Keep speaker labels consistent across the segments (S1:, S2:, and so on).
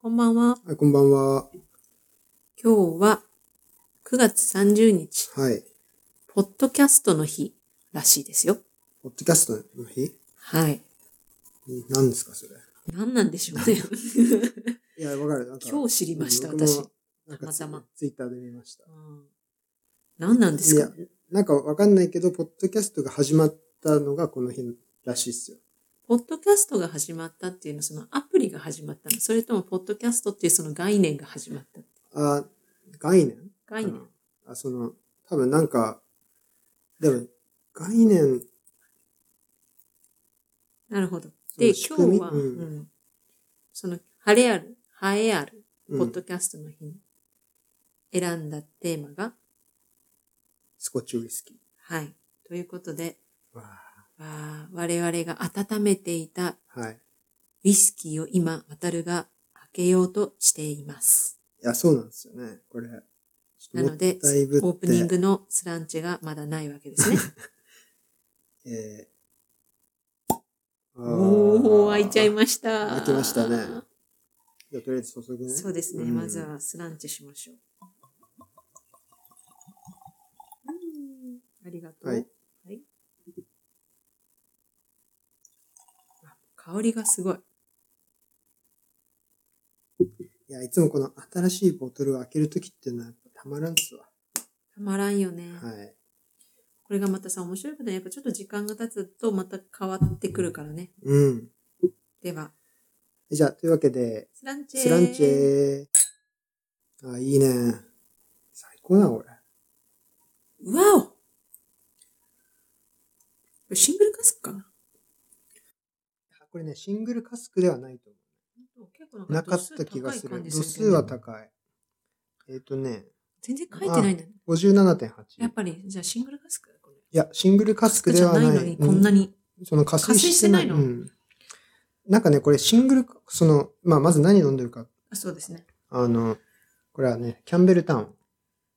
S1: こんばんは。
S2: はい、こんばんは。
S1: 今日は9月30日、
S2: はい。
S1: ポッドキャストの日らしいですよ。
S2: ポッドキャストの日
S1: はい。
S2: 何ですか、それ。
S1: 何なんでしょう ね。
S2: いや、わかる。なんか
S1: 今日知りました、
S2: 僕も
S1: 私。
S2: なんか
S1: たまたま
S2: ツイツイッターで見ました。
S1: うん何なんですか
S2: いなんかわかんないけど、ポッドキャストが始まったのがこの日らしいっすよ。
S1: ポッドキャストが始まったっていうのは、そのアプリが始まったのそれとも、ポッドキャストっていうその概念が始まった
S2: あ、概念
S1: 概念。
S2: あ、その、多分なんか、でも、概念、
S1: なるほど。
S2: その
S1: で、
S2: 仕
S1: 今
S2: 組み
S1: 日は、
S2: う
S1: うんんその、晴れある、晴れある、
S2: う
S1: ポッ
S2: ん、
S1: ドキャストの日に選んだテーマが、
S2: スコッチウイスキー。
S1: はい。ということで、
S2: わ
S1: わあ我々が温めていた
S2: ーはい。
S1: ウイスキーを今、渡るが開けようとしています。
S2: いや、そうなんですよね。これ。
S1: なので、
S2: だいぶって
S1: オープニングのスランチがまだないわけです ね。
S2: えー、
S1: おー、開いちゃい
S2: ま
S1: ました。
S2: 開きましたねじゃあとりあえず注ぐね。
S1: そうですね。
S2: うん
S1: まずはスランチしましょう。うんありがとう。
S2: はい。
S1: あ香りがすごい。
S2: いや、いつもこの新しいボトルを開けるときっていうのはやっぱたまらんっすわ。
S1: たまらんよね。
S2: はい。
S1: これがまたさ、面白いことね。やっぱちょっと時間が経つとまた変わってくるからね。
S2: うん。
S1: では、
S2: じゃあ、というわけで、
S1: スランチェー
S2: スランチェー。あ、いいね。最高だ、これ。
S1: わおこれシングルカスクかな
S2: これね、シングルカスクではないと思
S1: 結構なん
S2: う。な
S1: 度
S2: かっ
S1: 数
S2: た気がす
S1: 高い
S2: る。
S1: 感じけ
S2: 度数
S1: どね
S2: は高い。えっ、とね、
S1: 全然書いてないんだね。
S2: 57.8。
S1: やっぱり、じゃあシングルカスクだこれ
S2: いや、シングルカスクではない。
S1: カスクじゃないのに、こんなに。
S2: うんその加水してない。
S1: 加水してないの
S2: うんなんかね、これシングル、その、まあ、まず何飲んでるか。
S1: あそうですね。
S2: あの、これはね、キャンベルタウン。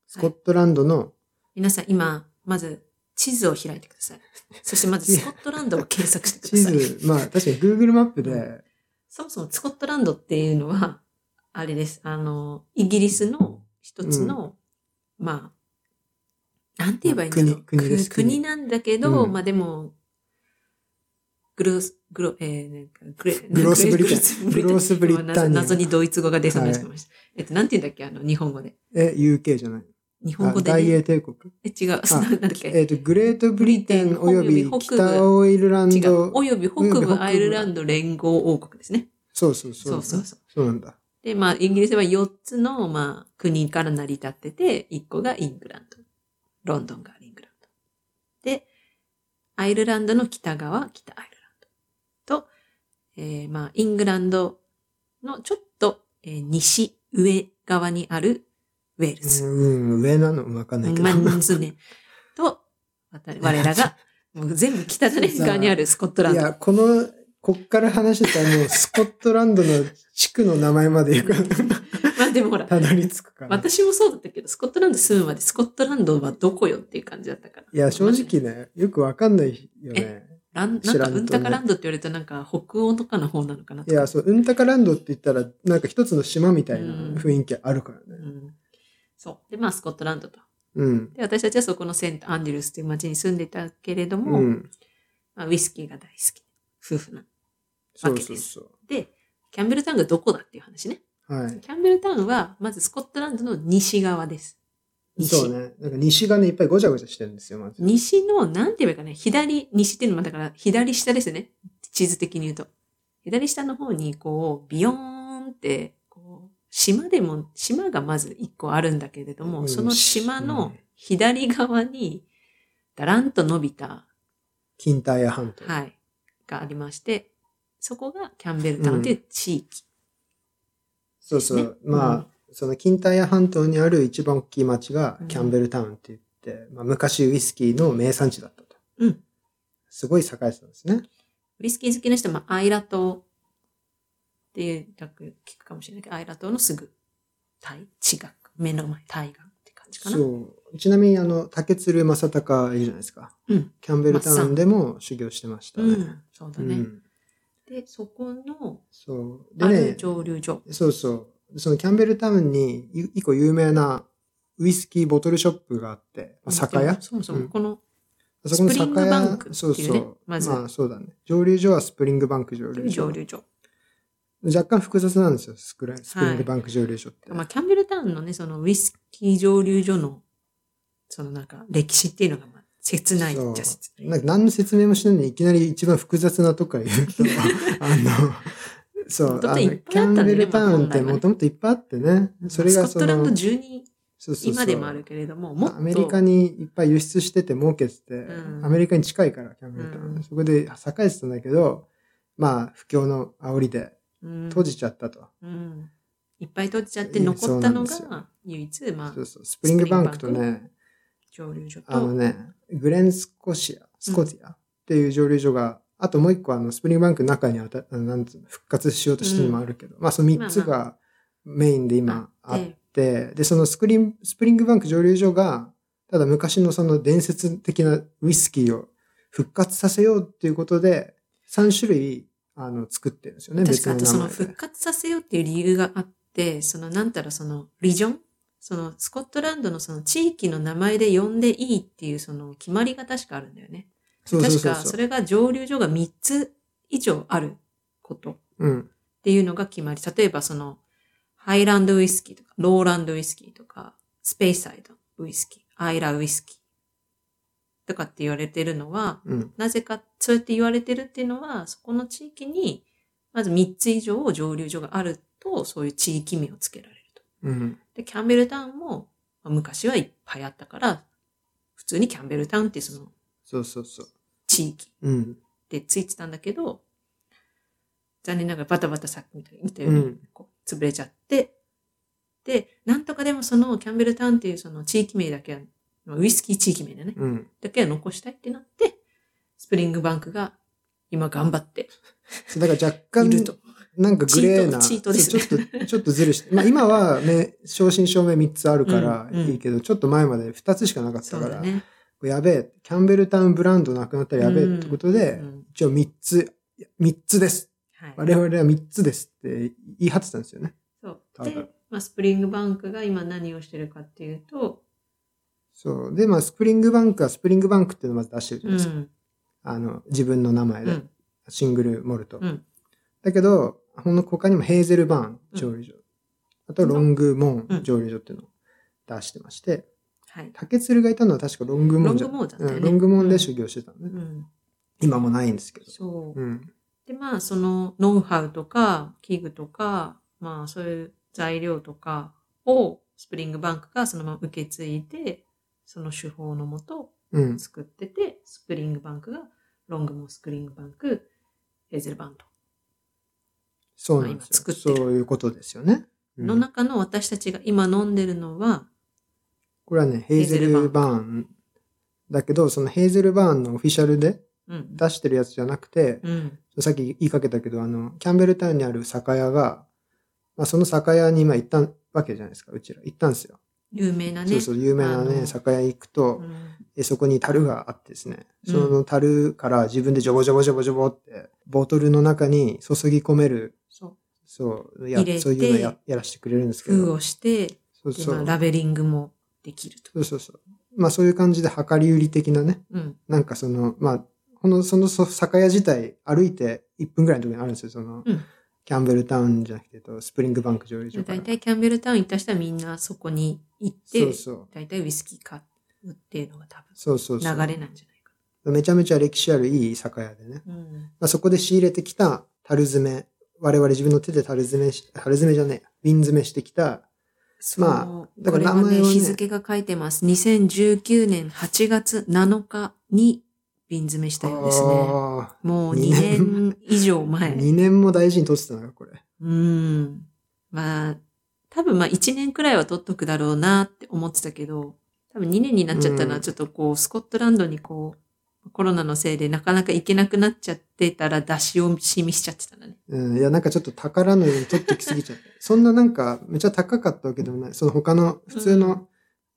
S2: スコットランドの、
S1: 皆さん今、まず地図を開いてください。そしてまずスコットランドを検索して
S2: 地
S1: ください。
S2: 図、まあ確かに Google マップで、
S1: うんそもそもスコットランドっていうのは、 あれです。あの、イギリスの一つの、まあ、なんて言えばいいんだろう。
S2: 国国です
S1: く国
S2: 国
S1: なんだけど、
S2: うん
S1: まあでも、グロス、グロ、えー、なんか、グレ、
S2: グロースブリタ
S1: グ
S2: グロースブリタニア
S1: 謎謎にドイツ語が出そうになってました。えっと、なんて言うんだっけあの、日本語で。
S2: え、UK じゃない。
S1: 日本
S2: あ
S1: 語でね、
S2: 大英帝国。
S1: え違う。 なんだっけ
S2: えっ、と、グレートブリテ
S1: ブ
S2: ン
S1: リテン
S2: 及
S1: 及び
S2: び
S1: 北部
S2: 北アイルラン
S1: 違う。
S2: ド
S1: お。よび北
S2: および北
S1: 部
S2: 部
S1: アイルランド連合王国ですね。
S2: そうそうそう。
S1: そうそうそう。
S2: そうなんだ。
S1: で、まあ、イギリスは4つの、まあ、国から成り立ってて、1個がイングランド。ロンドンがイングランド。で、アイルランドの北側、北アイルランド。と、えーまあ、イングランドのちょっと、えー西上側にあるウェールズ。
S2: うん、上なのわかんないけど。
S1: まあ、ですね。と、わた我らが、もう全部北じゃない側にあるスコットラン
S2: い
S1: ド。
S2: や、この、こっから話してたらもうスコットランドの地区の名前までよく
S1: まあでもほら、
S2: たどり着くから。
S1: 私もそうだったけど、スコットランド住むまでスコットランドはどこよっていう感じだったから。
S2: いや、正直ね、よくわかんないよね。
S1: ラン。な
S2: 知
S1: んか、
S2: らんとね
S1: ウンタカランドって言われたらなんか北欧とかの方なのかなと
S2: い
S1: か
S2: や、そう、うんたかランドって言ったら、なんか一つの島みたいな雰囲気あるから
S1: う
S2: ね。
S1: ん。そう。で、まあ、スコットランドと。
S2: うん。
S1: で、私たちはそこのセントアンジェルスという町に住んでたけれど
S2: う
S1: も、
S2: ん。
S1: まあ、ウイスキーが大好き。夫婦なの。
S2: そうそうそ
S1: で、キャンベルタウンがどこだっていう話ね。
S2: う。はい。
S1: キャンベルタウンは、まずスコットランドの西側です。西。
S2: そうね。なんか西がね、いっぱいごちゃごちゃしてるんですよ、まず。
S1: 西の、なんて言えばいいかね、左、西っていうのも、だから、左下ですね。地図的に言うと。左下の方に、こう、ビヨーンって、こう、島でも、島がまず一個あるんだけれども、
S2: うん
S1: その島
S2: う
S1: の
S2: ん
S1: 左側に、だらんと伸びた、
S2: 近代屋半島。
S1: はい、がありまして、そこがキャンベルタウンという地域。
S2: そうそ
S1: ね
S2: う。まあ、
S1: うん
S2: その近代屋半島にある一番大きい町が
S1: うん
S2: キャンベルタウンって言って、まあ昔ウイスキーの名産地だったと。
S1: うん。
S2: すごい栄えてたんですね。
S1: ウイスキー好きな人も、アイラ島っていう略聞くかもしれないけど、アイラ島のすぐ、対、地学、目の前、対岸って感じかな。
S2: そう。ちなみに、あの、竹鶴正隆いるじゃないですか。
S1: うん
S2: キャンベルタウンでも修行してましたね。
S1: うん、そうだね。
S2: うん
S1: で、そこの
S2: そう。で
S1: ある
S2: ね、
S1: 蒸留所。
S2: そうそう。そのキャンベルタウンにい一個有名なウイスキーボトルショップがあって、まあ、酒屋
S1: そもそも
S2: うん
S1: この
S2: あそ
S1: ス
S2: この
S1: プリ
S2: 酒
S1: ングバン
S2: 屋
S1: クって
S2: そう
S1: いう
S2: そ
S1: ね
S2: う。、
S1: まず
S2: あそうだね。蒸留所はスプリングバンク蒸留
S1: 蒸。
S2: 所
S1: 留所。
S2: 若干複雑なんですよ、スクラスプリングバンク蒸留所って。
S1: まあ、キャンベルタウンのね、そのウイスキー蒸留所の、そのなんか歴史っていうのが、まあ、切ないっ
S2: そう
S1: ちゃ切ない。
S2: なんか何の説明もしないのにいきなり一番複雑なとこから言うと、あの、そう、
S1: 元
S2: あの、
S1: 々
S2: キ
S1: いっぱいあったん
S2: ャン
S1: だね
S2: ベルタウ
S1: ま
S2: ンっ
S1: あ本来は
S2: て
S1: ね
S2: もともといっぱいあってね、それが
S1: スコ
S2: そ
S1: ットランド12、
S2: の、そうそうそう
S1: 今でもあるけれども、もっと。
S2: アメリカにいっぱい輸出してて儲けてて、
S1: うん
S2: アメリカに近いから、キャンベルタウン。
S1: うん
S2: そこで栄えてたんだけど、まあ、不況の煽りで
S1: うん
S2: 閉じちゃったと。
S1: うんいっぱい閉じちゃって残ったの
S2: そうなん
S1: が、唯一、ま
S2: そ
S1: あ
S2: う、そう、スプリングバンクと
S1: スプリン
S2: ね、
S1: 蒸留所と、
S2: あのね、グレンスコシア、スコティアっていう蒸留所が、あともう一個あの、スプリングバンクの中にあた、あのなんつうの、復活しようとしてるのもあるけど、まあその三つ
S1: まあ
S2: がメインで今
S1: あ
S2: あ
S1: っ
S2: ってて、で、そのスクリーン、スプリングバンク蒸留所が、ただ昔のその伝説的なウイスキーを復活させようっていうことで、3種類、あの、作ってるんですよね、
S1: 確かあと
S2: 別
S1: そ
S2: の
S1: の
S2: 名前
S1: 復
S2: で。
S1: 活させようっていう理由があって、そのなんたらそのリジョンそのスコットランドのその地域の名前で呼んでいいっていうその決まりが確かあるんだよね。
S2: そうそうそう
S1: 確か
S2: そ。
S1: そうれが蒸留所が3つ以上あることっ
S2: うん。
S1: ていうのが決まり。例えばそのハイランドウイスキーとか、ローランドウイスキーとか、スペイサイドウイスキー、アイラウイスキーとかって言われてるのは、
S2: うん。
S1: なぜか、そうやって言われてるっていうのは、そこの地域に、まず3つ以上蒸留所があると、そういう地域名をつけられると。
S2: うん。
S1: で、キャンベルタウンも、まあ昔はいっぱいあったから、普通にキャンベルタウンってその
S2: そうそうそう。
S1: 地域
S2: うん。
S1: でついてたんだけど、残念ながらバタバタさっきみたいに言ったよ
S2: う
S1: うに、
S2: ん。
S1: こう潰れちゃって、で、なんとかでもそのキャンベルタウンっていうその地域名だけは、まあウイスキー地域名だね。
S2: うん。
S1: だけは残したいってなって、スプリングバンクが今頑張って
S2: そうだから若
S1: い
S2: 干、
S1: ると。
S2: なんかグレーな。
S1: チートチートですね
S2: そうちょっと、ちょっとずるして。まあ今はね、正真正銘3つあるから
S1: うんうん
S2: いいけど、ちょっと前まで2つしかなかっ
S1: そ
S2: た
S1: う
S2: か
S1: だ
S2: ら、
S1: ね。
S2: やべえ、キャンベルタウンブランドなくなったらやべえってことで、
S1: うんうん
S2: 一応3つ、いや3つです。
S1: はい。
S2: 我々は3つですって言い張ってたんですよね。
S1: そう。
S2: ただ
S1: で、まあ、スプリングバンクが今何をしてるかっていうと、
S2: そう。で、まあスプリングバンクはスプリングバンクっていうのをまず出してるじゃ
S1: う
S2: ないですか。
S1: ん。
S2: あの、自分の名前
S1: う
S2: で、
S1: ん。
S2: シングルモルト。
S1: うん
S2: だけど、ほんの他にもヘーゼルバーン蒸留所、あとロングモ
S1: うん
S2: ン蒸留所っていうのを出してまして、
S1: はい。
S2: 竹鶴がいたのは確かロングモンじゃ
S1: ロングモンだったよね
S2: うんロングモンで修行してたのね、
S1: うん。
S2: 今もないんですけど。
S1: そう
S2: う。ん。
S1: で、まあ、そのノウハウとか、器具とか、まあ、そういう材料とかを、スプリングバンクがそのまま受け継いで、その手法のもと
S2: うん。
S1: 作ってて、スプリングバンクが、ロングモンスプリングバンク、ヘーゼルバンと。
S2: そうなんです
S1: まあ今作
S2: よ。
S1: ってる
S2: そういうことですよね。うん
S1: の中の私たちが今飲んでるのは、
S2: これはね、ヘーゼルバーン。だけど、そのヘーゼルバーンのオフィシャルで
S1: うん。
S2: 出してるやつじゃなくて、
S1: うん。
S2: さっき言いかけたけど、あの、キャンベルタウンにある酒屋が、まあ、その酒屋に今行ったわけじゃないですか、うちら。行ったんですよ。
S1: 有名なね。
S2: そうそう、有名な
S1: あの
S2: ね、酒屋行くと、
S1: うん
S2: で、そこに樽があってですね、
S1: うん
S2: その樽から自分でジョボジョボジョボジョボって、ボトルの中に注ぎ込める、
S1: そう。
S2: そう、や
S1: 入れて
S2: そういうのややらせてくれるんですけ
S1: 封
S2: ど、
S1: をして、
S2: そう
S1: で
S2: そ
S1: まあ
S2: う、
S1: ラベリングもできると。
S2: そうそうそう。まあそういう感じで量り売り的なね、
S1: うん。
S2: なんかその、まあ、この、そのそ酒屋自体歩いて1分ぐらいのところにあるんですよ、その、
S1: うん
S2: キャンベルタウンじゃなくてえっと、スプリングバンク上流所か
S1: だい
S2: ら。
S1: たいキャンベルタウン行った人はみんなそこに行って、
S2: そうそう。
S1: だいたいウイスキー買うっていうのが多
S2: そうそうそう。
S1: 分流れなんじゃないか
S2: めちゃめちゃ歴史あるいい酒屋でね。
S1: な。うん。
S2: まあ、そこで仕入れてきた樽詰め、我々自分の手で樽詰めし、樽詰めじゃねえ、瓶詰めしてきた、
S1: そう。
S2: まあだ
S1: こ
S2: か
S1: れ
S2: ら
S1: が
S2: 名前はね
S1: ね、日付が書いてます。2019年8月7日に瓶詰めしたようですね。
S2: あ
S1: もう2
S2: 二年
S1: 年以上
S2: ー
S1: 前。
S2: 2年も大事に取ってたのか、これ。
S1: うん。まあ、多分まあ1年くらいは取っとくだろうなって思ってたけど、多分2年になっちゃったの
S2: う
S1: は
S2: ん
S1: ちょっとこう、スコットランドにこう、コロナのせいでなかなか行けなくなっちゃってたら出し惜しみしちゃってたのね。
S2: うん、いや、なんかちょっと宝のように取ってきすぎち ゃった。そんななんか、めちゃ高かったわけでもない。その他の、普通の、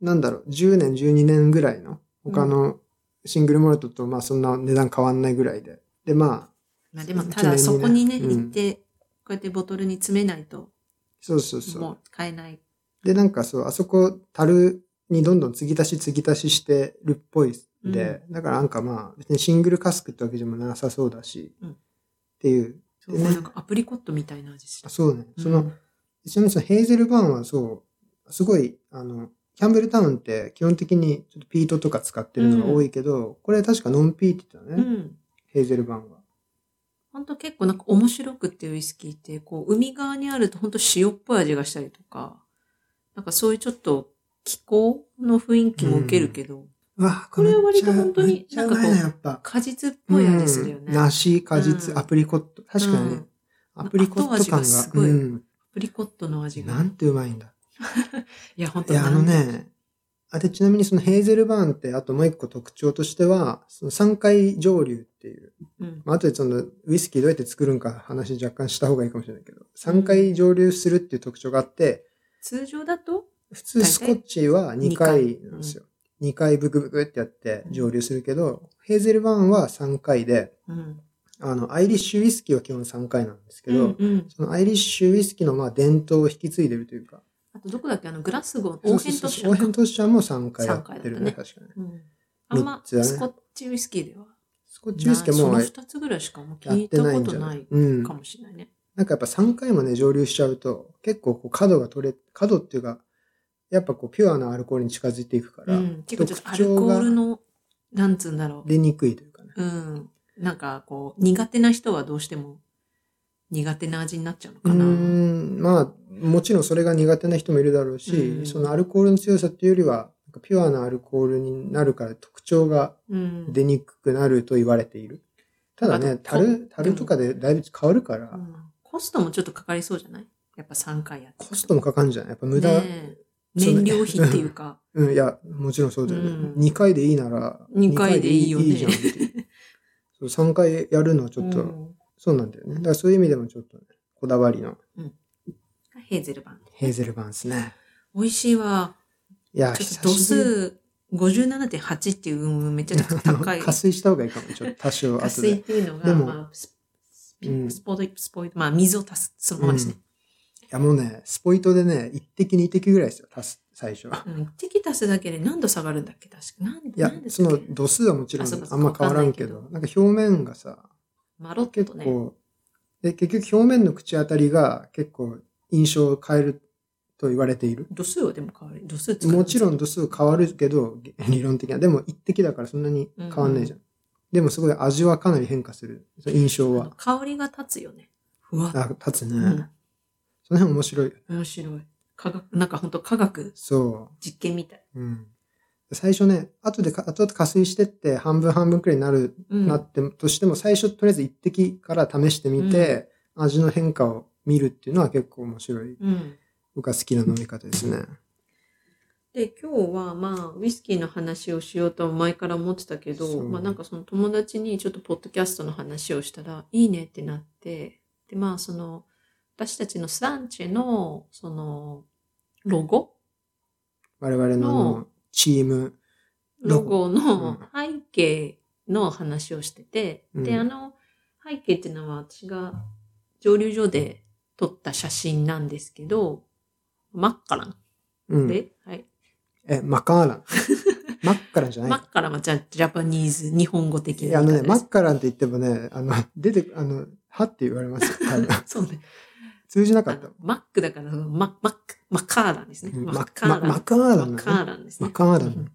S2: なんだろう、10年、12年ぐらいの、他のシングルモルトと、まあそんな値段変わんないぐらいで。で、まあ、
S1: まあでも、
S2: 一年
S1: ただそこにね、
S2: にねうん
S1: 行って、こうやってボトルに詰めないと、
S2: そうそうそう。
S1: もう買えない。
S2: で、なんかそう、あそこ、樽にどんどん継ぎ足し継ぎ足ししてるっぽいんで、だからなんかまあ、別にシングルカスクってわけでもなさそうだし、
S1: うん
S2: っていう。
S1: そう、
S2: ね
S1: なんかアプリコットみたいな味して
S2: あ。そうね。その、
S1: うん
S2: ちなみにそのヘーゼルバーンはそう、すごい、あの、キャンベルタウンって基本的にちょっとピートとか使ってるのが多いけど、これ確かノンピートだね、
S1: うん。
S2: ヘーゼルバーンは。
S1: 本当結構なんか面白くっていうウイスキーって、こう、海側にあると本当塩っぽい味がしたりとか、なんかそういうちょっと気候の雰囲気も受けるけど、
S2: うわ
S1: これは割と本当に
S2: なん
S1: なんかこう
S2: やっぱ。
S1: 果実っぽい味するよね。
S2: うん梨、果実、
S1: うん
S2: アプリコット。確かに
S1: う
S2: ね、
S1: ん
S2: アプリコット
S1: 後味が
S2: 感が。
S1: すごい
S2: うん
S1: アプリコットの味が。
S2: なんてうまいんだ。
S1: いや、本当
S2: いや、あの。ね、あで、ちなみにそのヘーゼルバーンって、あともう一個特徴としては、その3回蒸留っていう、
S1: うん。
S2: まあ、後でそのウイスキーどうやって作るんか話若干した方がいいかもしれないけど、3回蒸留するっていう特徴があって、
S1: 通常だと
S2: 普通スコッチは2回なんですよ。2回ブクブクってやって蒸留するけど、ヘーゼルバーンは3回で、
S1: うん。
S2: あの、アイリッシュウイスキーは基本3回なんですけ
S1: う
S2: ど、
S1: ん、うん。
S2: そのアイリッシュウイスキーのまあ伝統を引き継いでるというか、
S1: あとどこだっけあの、グラスゴー、オーヘントッシャ
S2: オー
S1: ー
S2: ヘン
S1: か。
S2: トッシャーも3回やってるね、
S1: 三回だった
S2: 確かに。
S1: うん。あんま、
S2: 三つだね
S1: スコッチウイスキーでは。
S2: スコッチウイスキーはもう
S1: な
S2: や
S1: いその二つぐらいしかもう聞
S2: っ
S1: い
S2: て
S1: た
S2: ない
S1: こ
S2: んじ
S1: と
S2: ゃ
S1: な
S2: ないいうん。
S1: かもしれないね。
S2: なんかやっぱ3回もね、蒸留しちゃうと、結構こう角が取れ、角っていうか、やっぱこうピュアなアルコールに近づいていくか
S1: う
S2: ら、
S1: ん。結構ちょっとアルコールの、なんつうんだろ
S2: 出にくいというかね。
S1: う。うん。なんかこう、苦手な人はどうしても苦手な味になっちゃうのかな。
S2: うーんまあ、もちろんそれが苦手な人もいるだろうし、
S1: うん
S2: そのアルコールの強さっていうよりは、なんかピュアなアルコールになるから特徴が
S1: うん。
S2: 出にくくなると言われている。ただ
S1: あ
S2: ね、
S1: と
S2: 樽、
S1: こ
S2: 樽とかでだいぶ変わるから、
S1: うんコストもちょっとかかりそうじゃないやっぱ3回やって。
S2: コストもかかるんじゃないやっぱ無駄、
S1: ねえ燃料費っていうか。
S2: うん、いや、もちろんそうだよね。
S1: うん
S2: 2回でいいなら、
S1: 二回でいいよね
S2: 二回でいいじゃんって いう。そう3回やるのは ちょっと、
S1: うん
S2: そうなんだよね。だからそういう意味でもちょっとね、こだわりの
S1: ヘーゼルバン。
S2: ヘーゼルバーンですね。
S1: 美味しいわ。
S2: いや、
S1: ちょっと度数57.8っていう、うん、めっちゃ高い。
S2: 加水した方 がいいかも、ちょっと多 少
S1: 加
S2: 後
S1: 水っ
S2: で。
S1: ていうのが、
S2: でも
S1: まあ、ススピ
S2: うん
S1: スポイト、スポイト、まあ、水を足す、そのままですね。
S2: いや、もうね、スポイトでね、1滴2滴ぐらいですよ、足す、最初は。
S1: うん。一滴足すだけで何度下がるんだっけ確か。なん
S2: いや
S1: なん、です
S2: そ
S1: か
S2: の度数はもちろ
S1: あ
S2: ん
S1: そうか
S2: あんま変わらんけ
S1: わ
S2: ど
S1: か、
S2: なんか表面がさ、
S1: まろっ
S2: 結
S1: とね。
S2: 構、で、結局表面の口当たりが結構印象を変えると言われている。
S1: 度数はでも変わる。度数
S2: もちろん
S1: 度
S2: 度数変わるけど、 げ理論的には。でも一滴だからそんなに変わんないじゃん。でもすごい味はかなり変化する。その印象は。
S1: 香りが立つよね。ふわっと。
S2: あ、立つね。
S1: うん。
S2: その辺面白い。
S1: 面白い。科学、なんか本当科学
S2: そ
S1: 実験みたい。
S2: う。うん。最初ね、後でか、後々加水してって半分半分くらいになる、
S1: うん。
S2: なってとしても、最初とりあえず一滴から試してみて、味の変化を見るっていうのは結構面白い。
S1: うん。
S2: 僕は好きな飲み方ですね。
S1: で、今日はまあ、ウイスキーの話をしようとは前から思ってたけ
S2: そ
S1: ど、
S2: う
S1: まあなんかその友達にちょっとポッドキャストの話をしたら、いいねってなって、でまあその、私たちのサンチェの、その、ロゴ
S2: 我々のチーム。
S1: ロゴ
S2: う
S1: の
S2: ん
S1: 背景の話をしてて、
S2: うん
S1: で、あの背景っていうのは私が蒸留所で撮った写真なんですけど、マッカラ
S2: う
S1: ン
S2: ん。
S1: で、はい。
S2: え、マカ ーラン。マッカランじゃない
S1: マッカランはじゃジャパニーズ、日本語的
S2: い
S1: な
S2: や、あ
S1: 言い
S2: の
S1: 方で
S2: ね、
S1: す。
S2: マッカランって言ってもね、あの、出て、あの、はって言われますよ、 多分。
S1: そうね。
S2: 通じなか
S1: あ
S2: った
S1: の。マックだから、ママック、マッカーランですね。
S2: うん
S1: マ
S2: マ
S1: ッカーラン。
S2: ママカーラン
S1: マ
S2: なの
S1: ッカーランですね
S2: マ。カーラン。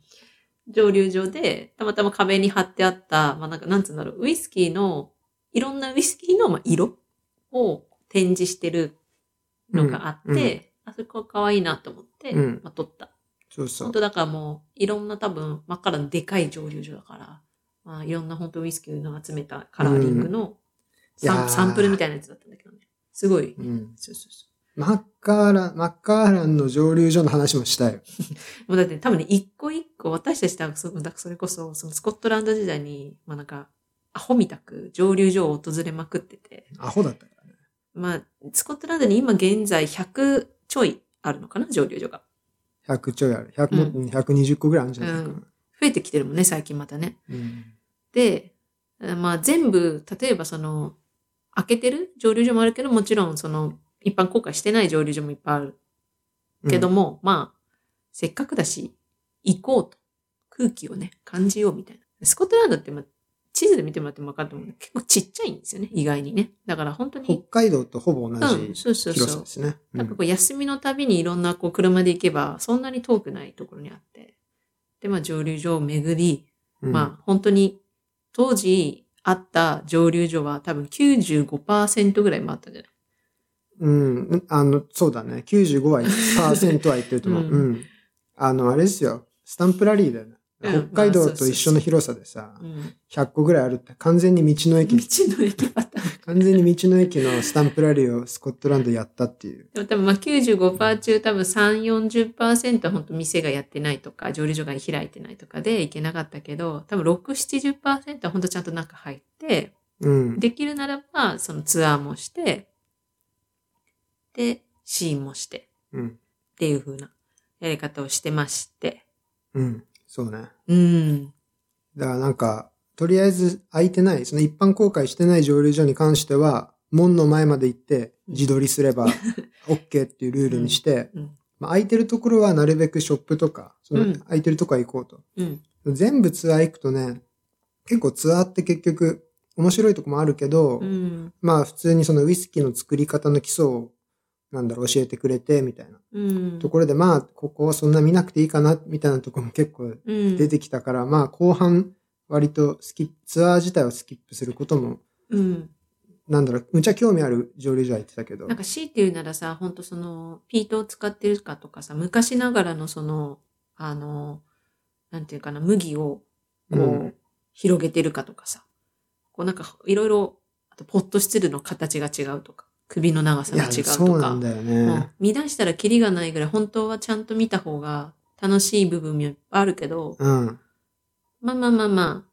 S1: 蒸留所で、たまたま壁に貼ってあった、まあ、なんか、なんつうんだろう、ウイスキーの、いろんなウイスキーの、まあ、色を展示してるのがあって、
S2: うんうん
S1: あそこ可愛いなと思って、
S2: うん
S1: まあ、撮った。
S2: そうそ
S1: 本
S2: う。
S1: 当だからもう、いろんな多分、真っ赤なでかい蒸留所だから、まあ、いろんな本当ウイスキーの集めたカラーリングの
S2: いや
S1: サン,、
S2: ー
S1: サンプルみたいなやつだったんだけどね。すごい。
S2: うん。
S1: そうそうそ
S2: マッカーラン、マッカーランの蒸留所の話もしたいよ。
S1: う。もうだって多分ね、一個一個、私たち多分そだそれこそ、そのスコットランド時代に、まあなんか、アホみたく蒸留所を訪れまくってて、
S2: アホだったからね。
S1: まあ、スコットランドに今現在100ちょいあるのかな、蒸留所が。
S2: 100ちょいある。100も、
S1: う
S2: 120個ぐらいあるんじゃないかな。
S1: 増えてきてるもんね、最近またね。
S2: うん。
S1: で、えーまあ全部、例えばその、開けてる蒸留所もあるけど、もちろんその一般公開してない蒸留所もいっぱいあるけど
S2: も。
S1: も、まあ、せっかくだし、行こうと。空気をね、感じようみたいな。スコットランドって、まあ、地図で見てもらっても分かると思うけど結構ちっちゃいんですよね、意外にね。だから本当
S2: 北
S1: に、
S2: 海道とほぼ
S1: う
S2: 同
S1: ん、
S2: じ
S1: そうそう
S2: 広
S1: そ
S2: さ
S1: う
S2: で。すね。う
S1: なんか
S2: ん
S1: こう休みのたびにいろんなこう車で行けばそんなに遠くないところにあって。で、まあ蒸留所を巡り、
S2: うん
S1: まあ本当に当時あった蒸留所は多分95%ぐらい回ったんじゃない
S2: うん、あの、そうだね。95は、パーセントは言ってると思う。
S1: うん
S2: うん。あの、あれですよ。スタンプラリーだよね。
S1: うん
S2: 北海道と一緒の広さでさ、
S1: うん。
S2: 100個ぐらいあるって、完全に道の
S1: 道
S2: 駅、
S1: の駅パターン。
S2: 完全に道の駅のスタンプラリーをスコットランドやったっていう。
S1: でも多分まあ95%中多分3、40%は本当店がやってないとか、蒸留所が開いてないとかで行けなかったけど、多分6、70%は本当ちゃんと中入って、
S2: うん。
S1: できるならば、そのツアーもして、で、シーンもして、っ
S2: うん。
S1: ていう風なやり方をしてまして。
S2: うん。そうね。
S1: うん。
S2: だからなんか、とりあえず空いてない、その一般公開してない蒸留所に関しては、門の前まで行って自撮りすれば OK っていうルールにして、
S1: うんうん
S2: まあ、空いてるところはなるべくショップとか、その
S1: うん
S2: 空いてるとこは行こうと。
S1: うん。
S2: 全部ツアー行くとね、結構ツアーって結局面白いとこもあるけど、
S1: うん。
S2: まあ普通にそのウイスキーの作り方の基礎をなんだろう教えてくれてみたいな
S1: うん。
S2: ところで、まあここはそんな見なくていいかなみたいなところも結構
S1: うん。
S2: 出てきたから、まあ後半割とスキップツアー自体をスキップすることも
S1: うん。
S2: なんだろうむちゃ興味ある上流所は言ってたけど
S1: なんか C っていうならさ、ほんとその、ピートを使ってるかとかさ、昔ながらのその、あの、なんていうかな、麦をこう、
S2: うん
S1: 広げてるかとかさ、こうなんかいろいろ、あとポットスチルの形が違うとか、首の長さ
S2: い
S1: が
S2: や
S1: 違うとか。
S2: そうなんだよね、
S1: 見出したらキリがないぐらい本当はちゃんと見た方が楽しい部分もいっぱいあるけど、
S2: うん、
S1: まあまあまあまあ、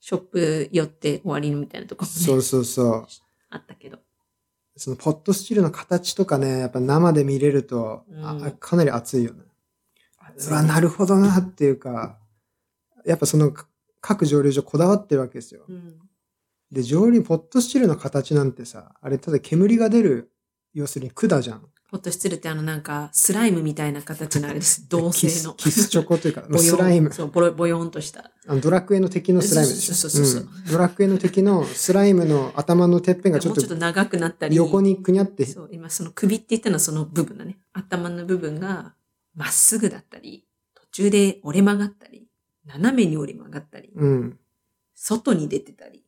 S1: ショップ寄って終わりみたいなとこ
S2: そ
S1: も、
S2: う
S1: ね、
S2: そうそう
S1: あったけど。
S2: そのポットスチールの形とかねやっぱ生で見れると、あ
S1: うん
S2: かなり熱いよねうわなるほどなっていうかやっぱそのか各蒸留所こだわってるわけですよ
S1: うん。
S2: で蒸留ポットスチールの形なんてさあれただ煙が出る要するに管じゃん
S1: ホット失礼ってあのなんかスライムみたいな形のあれです。同 性
S2: キス
S1: の。
S2: キスチョコというか まあ
S1: ボヨン
S2: スライム
S1: そう、ボロボヨンとした。
S2: あのドラクエの敵のスライムでしょ。
S1: そうそうそうそう
S2: うんドラクエの敵のスライムの頭のてっぺん
S1: も
S2: が
S1: う
S2: ち
S1: ち
S2: ょ
S1: ょ
S2: っ
S1: っ
S2: と
S1: と長くなったり。
S2: 横にくにゃって、
S1: そう、今その首って言ったのはその部分だね。頭の部分がまっすぐだったり、途中で折れ曲がったり、斜めに折れ曲がったり、
S2: うん。
S1: 外に出てたり。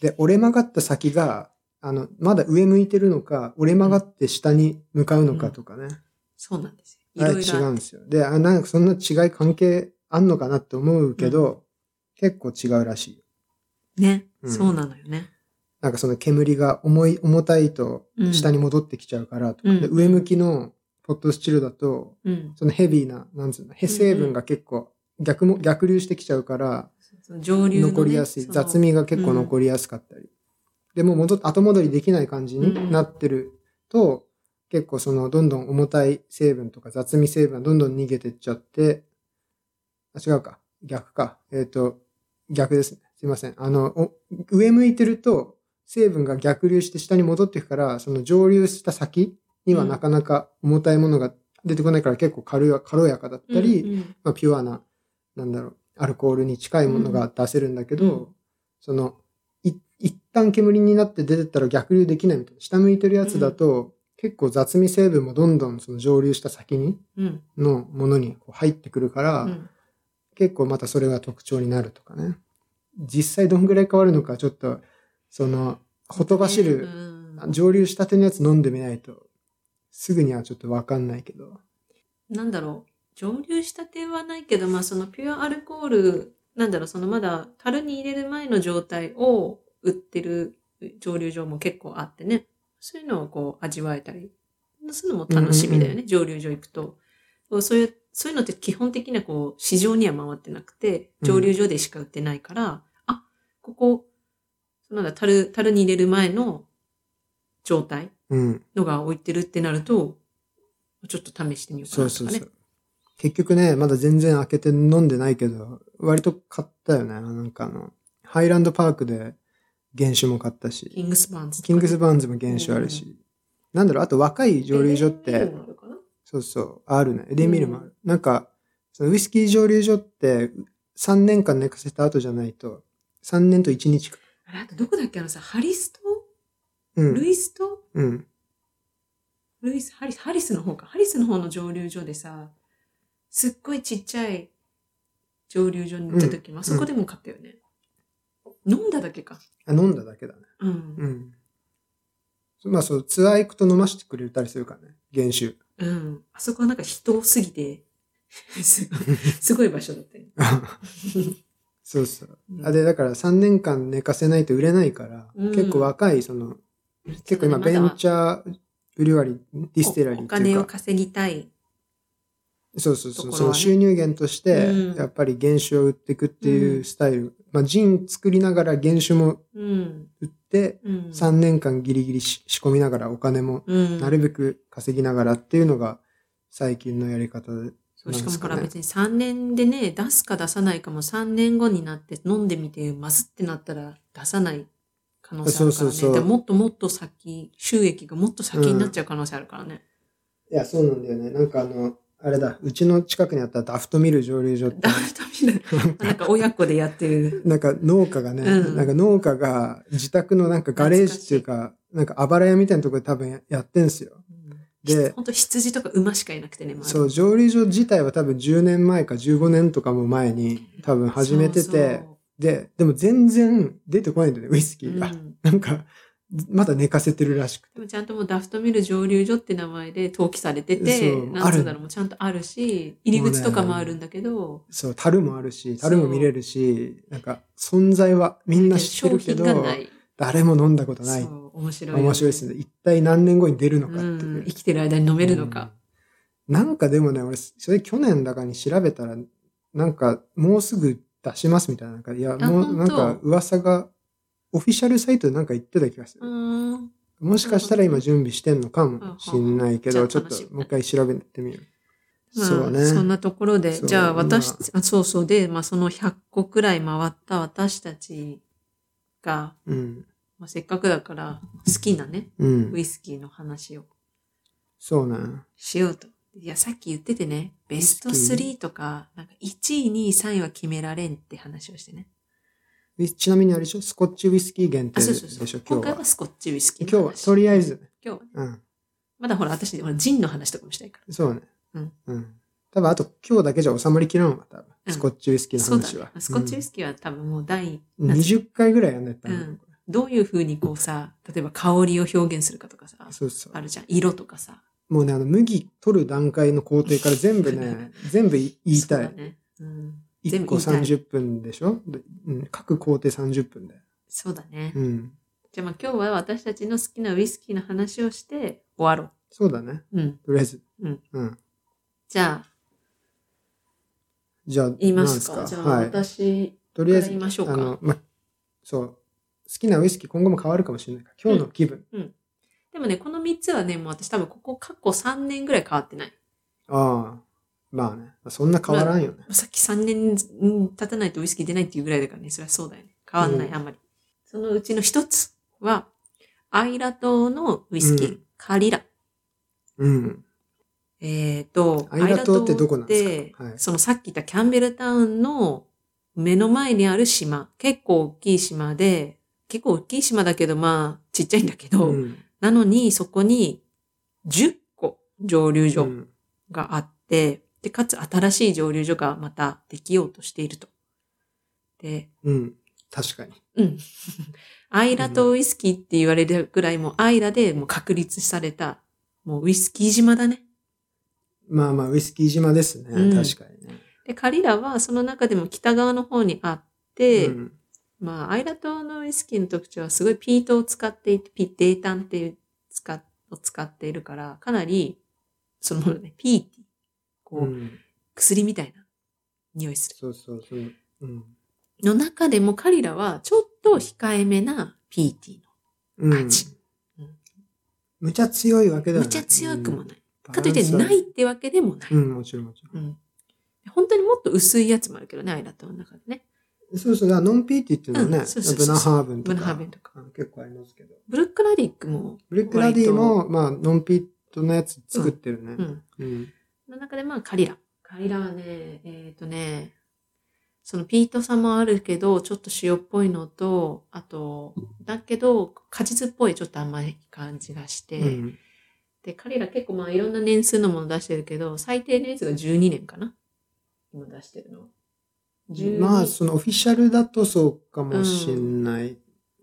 S2: で、折れ曲がった先が、あの、まだ上向いてるのか、折れ曲がって下に向かうのかとかね。
S1: そうなんですよ。
S2: あ
S1: い
S2: れ
S1: ろい
S2: 違
S1: ろあ
S2: うんですよ。で、あなんかそんな違い関係あんのかなって思うけど、結構違うらしいよ。
S1: ね、
S2: うん
S1: そうなのよね。
S2: なんかその煙が重い、重たいと
S1: うん
S2: 下に戻ってきちゃうからとか、
S1: うん
S2: で上向きのポットスチルだと、
S1: うん。
S2: そのヘビーな、なんつうの、へ成分が結構逆も、逆流してきちゃうから、
S1: その上流の、ね、
S2: 残りやすい。
S1: その
S2: 雑。味が結構残りやすかったり。でも戻っ、後戻りできない感じになってると、結構その、どんどん重たい成分とか雑味成分がどんどん逃げてっちゃって、あ、違うか。逆か。えっ、と、逆ですね。すいません。あの、お上向いてると、成分が逆流して下に戻っていくから、その上流した先にはなかなか重たいものが出てこないから結構軽や軽やかだったり、
S1: うんうん
S2: まあ、ピュアな、なんだろう、アルコールに近いものが出せるんだけど、
S1: うん
S2: その、い一旦煙になって出てったら逆流できないみたいな。下向いてるやつだと、結構雑味成分もどんどんその蒸留した先に、
S1: うん。
S2: のものにこう入ってくるから、
S1: うん
S2: 結構またそれが特徴になるとかね。実際どんぐらい変わるのか、ちょっと、その、ほとばし
S1: う
S2: る、
S1: ん
S2: 蒸留したてのやつ飲んでみないと、すぐにはちょっとわかんないけど。
S1: なんだろう。蒸留したてはないけど、まあそのピュアアルコール、なんだろう、そのまだ樽に入れる前の状態を売ってる蒸留所も結構あってね。そういうのをこう味わえたりするのも楽しみだよね。
S2: うん
S1: 蒸留所行くと。そういう、そういうのって基本的にはこう市場には回ってなくて、
S2: うん
S1: 蒸留所でしか売ってないから、あ、ここ、なんだ、樽、樽に入れる前の状態
S2: うん。
S1: のが置いてるってなると、ちょっと試してみようか
S2: そ
S1: な
S2: う
S1: とか
S2: そ
S1: ね。
S2: うそう。結局ね、まだ全然開けて飲んでないけど、割と買ったよね。なんかあの、ハイランドパークで原酒も買ったし、
S1: キングスバーンズとか
S2: キングスバーンズも原酒あるし、なんだろう、あと若い蒸留所っ
S1: エデンビル、
S2: て
S1: もあるかな
S2: そうそう、あるね。エデンミルもある。なんか、そのウイスキー蒸留所って、3年間寝かせた後じゃないと、3年と1日か。
S1: あれ、あとどこだっけあのさ、ハリスと
S2: う
S1: ル
S2: ん。
S1: イスと
S2: うん。
S1: ルイス、ハリス、ハリスの方か。ハリスの方の蒸留所でさ、すっごいちっちゃい蒸留所に行った時も、あそこでも買ったよね。飲んだだけか。
S2: あ飲んだだけだね。
S1: うん。
S2: うん。まあそう、ツアー行くと飲ませてくれたりするからね。原酒。
S1: うん。あそこはなんか人多すぎて、すごいすごい場所だったよ。
S2: そうそう。
S1: うん
S2: あ、で、だから3年間寝かせないと売れないから、
S1: うん
S2: 結構若い、その、結構今、ベンチャー、ブリュワリー、ディステラリー
S1: おお
S2: ってい
S1: 金を
S2: うか、
S1: 稼ぎたい。
S2: そうそうそう、
S1: ところはね
S2: その収入源として
S1: う、ん
S2: やっぱり原酒を売っていくっていううんスタイル。まあ、ジン作りながら原酒も
S1: うん。
S2: 売って、
S1: うん。
S2: 3年間ギリギリし仕込みながらお金も
S1: うん。
S2: なるべく稼ぎながらっていうのが最近のやり方で。
S1: そうしか
S2: なんです
S1: もほ
S2: かね
S1: ら別に3年でね、出すか出さないかも3年後になって飲んでみて、まずってなったら出さない可能性あるからね。
S2: そうそうそう
S1: だからもっともっと先、収益がもっと先になっちゃう可能性あるからね。
S2: いや、そうなんだよね。なんかあの、あれだ、うちの近くにあったダフトミル蒸留所 って
S1: ダ、メダメだ。なんか親子でやってる。
S2: なんか農家がね、
S1: うん
S2: なんか農家が自宅のなんかガレージっていうか、なんかあばら屋みたいなところで多分やってんすよ。で、
S1: 本当羊とか馬しかいなくてね、周り
S2: そう、蒸留所自体は多分10年前か15年とかも前に多分始めてて、
S1: そう
S2: で、でも全然出てこないんだよね、ウイスキ
S1: そう
S2: ーが。
S1: うん
S2: なんか、まだ寝かせてるらしくて。
S1: でもちゃんともうダフトミル蒸留所って名前で登記されてて
S2: そう、
S1: なんつうんだろ
S2: ある
S1: う、もうちゃんとあるし、入り口とかもあるんだけど、
S2: そう、樽もあるし、樽も見れるし、なんか存在はみんな知っ
S1: 商
S2: てるけ
S1: 品
S2: ど
S1: が、ない。
S2: 誰も飲んだことない。
S1: そう面白いよね。
S2: 面白いですね。一体何年後に出るのかっていうう。
S1: ん、生きてる間に飲めるのか。
S2: うん。なんかでもね、俺、それ去年だかに調べたら、なんか、もうすぐ出しますみたいな、なんか、いや、
S1: あ
S2: もう、
S1: 本当
S2: なんか、噂が、オフィシャルサイトでなんか言ってた気がす
S1: う
S2: る。
S1: ーん。
S2: もしかしたら今準備してんのかもしんないけ
S1: う
S2: ど、
S1: ん
S2: ちょっと
S1: じゃあ楽しみ
S2: もう一回調べてみる。
S1: まあ、
S2: そうね。
S1: そんなところで、
S2: そう
S1: じゃあ私、
S2: ま
S1: あ、そうそうで、まあその100個くらい回った私たちが、
S2: うん。
S1: まあ、せっかくだから好きなね、
S2: う
S1: ウ
S2: ん。
S1: イスキーの話を
S2: そうね。
S1: しようと。いや、さっき言っててね、ベスト
S2: ウイスキー
S1: 3とか、なんか1位、2位、3位は決められんって話をしてね。
S2: ウィちなみにあれでしょスコッチウイスキー限定
S1: あ、
S2: でし
S1: そう
S2: ょ
S1: そうそう。
S2: 今
S1: 今
S2: 日
S1: 回
S2: は
S1: は。スコッチウイスキー
S2: 今日
S1: の
S2: は、
S1: 話。
S2: とりあえずね。
S1: 今日はね。
S2: うん。
S1: まだほら、私、ほら、ジンの話とかもしたいから。
S2: そうね。
S1: うん。
S2: うん。多分、あと今日だけじゃ収まりきらんわ、多分。
S1: うん
S2: スコッチウイスキーの
S1: そうだ
S2: 話
S1: ね
S2: は。。
S1: スコッチウイ
S2: ス
S1: スキーは多分もう第、
S2: キー。20回ぐらいやんないとダメだ
S1: う
S2: よ
S1: ん
S2: こ
S1: どういう風にこうさ、例えば香りを表現するかとかさ、
S2: れそうそう
S1: あ。るじゃん。色とかさ。
S2: もうね、あの、麦取る段階の工程から全部 ね、全部い言い
S1: そう
S2: た
S1: だ
S2: い。
S1: ね。うん。
S2: 1
S1: 全
S2: 個
S1: 部言いたい
S2: 30分でしょでうん。各工程30分で。
S1: そうだね。
S2: うん。
S1: じゃあまあ今日は私たちの好きなウイスキーの話をして終わろ
S2: そうだね。
S1: う。うん。
S2: とりあえず。
S1: うん。
S2: うん。
S1: じゃあ、
S2: じゃあ、
S1: 言いま
S2: なん
S1: すか。じゃあ、
S2: はい。
S1: 私、
S2: とりあえず、
S1: から言いましょうか
S2: あの、ま、そう。好きなウイスキー今後も変わるかもしれないから、今日の気分。
S1: でもね、この3つはね、もう私多分ここ過去3年ぐらい変わってない。
S2: ああ。まあね。そんな変わらんよね。
S1: さっき3年うん経たないとウイスキー出ないっていうぐらいだからね、それはそうだよね。変わんない、
S2: うん
S1: あんまり。そのうちの一つは、アイラ島のウイスキー、
S2: うん
S1: カリラ。
S2: うん。
S1: えっ、と、
S2: アイラ島ってどこなんですか
S1: アイラ島って
S2: はい
S1: そのさっき言ったキャンベルタウンの目の前にある島、結構大きい島で、結構大きい島だけど、まあ、ちっちゃいんだけど、
S2: うん。
S1: なのにそこに10個蒸留所
S2: うん
S1: があって、で、かつ新しい蒸留所がまたできようとしていると。で、
S2: うん。確かに。
S1: うん。アイラ島ウイスキーって言われるぐらいもうアイラでもう確立された、もうウイスキー島だね。
S2: まあまあ、ウイスキー島ですね。
S1: うん
S2: 確かにね。
S1: で、カリラはその中でも北側の方にあって、
S2: うん
S1: まあ、アイラ島のウイスキーの特徴はすごいピートを使っていて、ピデータンっていう使っを使っているから、かなり、そのね、 ピーティー、こう、
S2: うん
S1: 薬みたいな匂いする。
S2: そうそうそう。うん。
S1: の中でもカリラはちょっと控えめなピーティー
S2: う
S1: あ
S2: ん
S1: ちうん。
S2: むちゃ強いわけで
S1: の。
S2: は
S1: め
S2: な
S1: ちゃ
S2: い。
S1: 強くも
S2: い。
S1: ない。かといってないっ。てわけでもない。
S2: うん、もちろんもちろん。
S1: うん本当にもっと薄いやつもあるけどね、アイラ島の中でね。
S2: そうそう、ノンピーティっていうのはね、
S1: うんそうそうそ
S2: ブ
S1: う
S2: ナハーブンと
S1: ブ
S2: か。
S1: ナハーベンとか。
S2: うん結構ありますけど。
S1: ブルックラディックも、
S2: ブレックラディも、まあ、ノンピートのやつ作ってるね
S1: う。ん。
S2: うん。
S1: の中でまあカリラ。カリラはね、えっ、とね、そのピートさもあるけど、ちょっと塩っぽいのと、あと、だけど、果実っぽいちょっと甘い感じがして、
S2: うん
S1: で、カリラ結構まあいろんな年数のもの出してるけど、最低年数が12年かな今出してるのは。12
S2: まあ、そのオフィシャルだとそうかもしんない。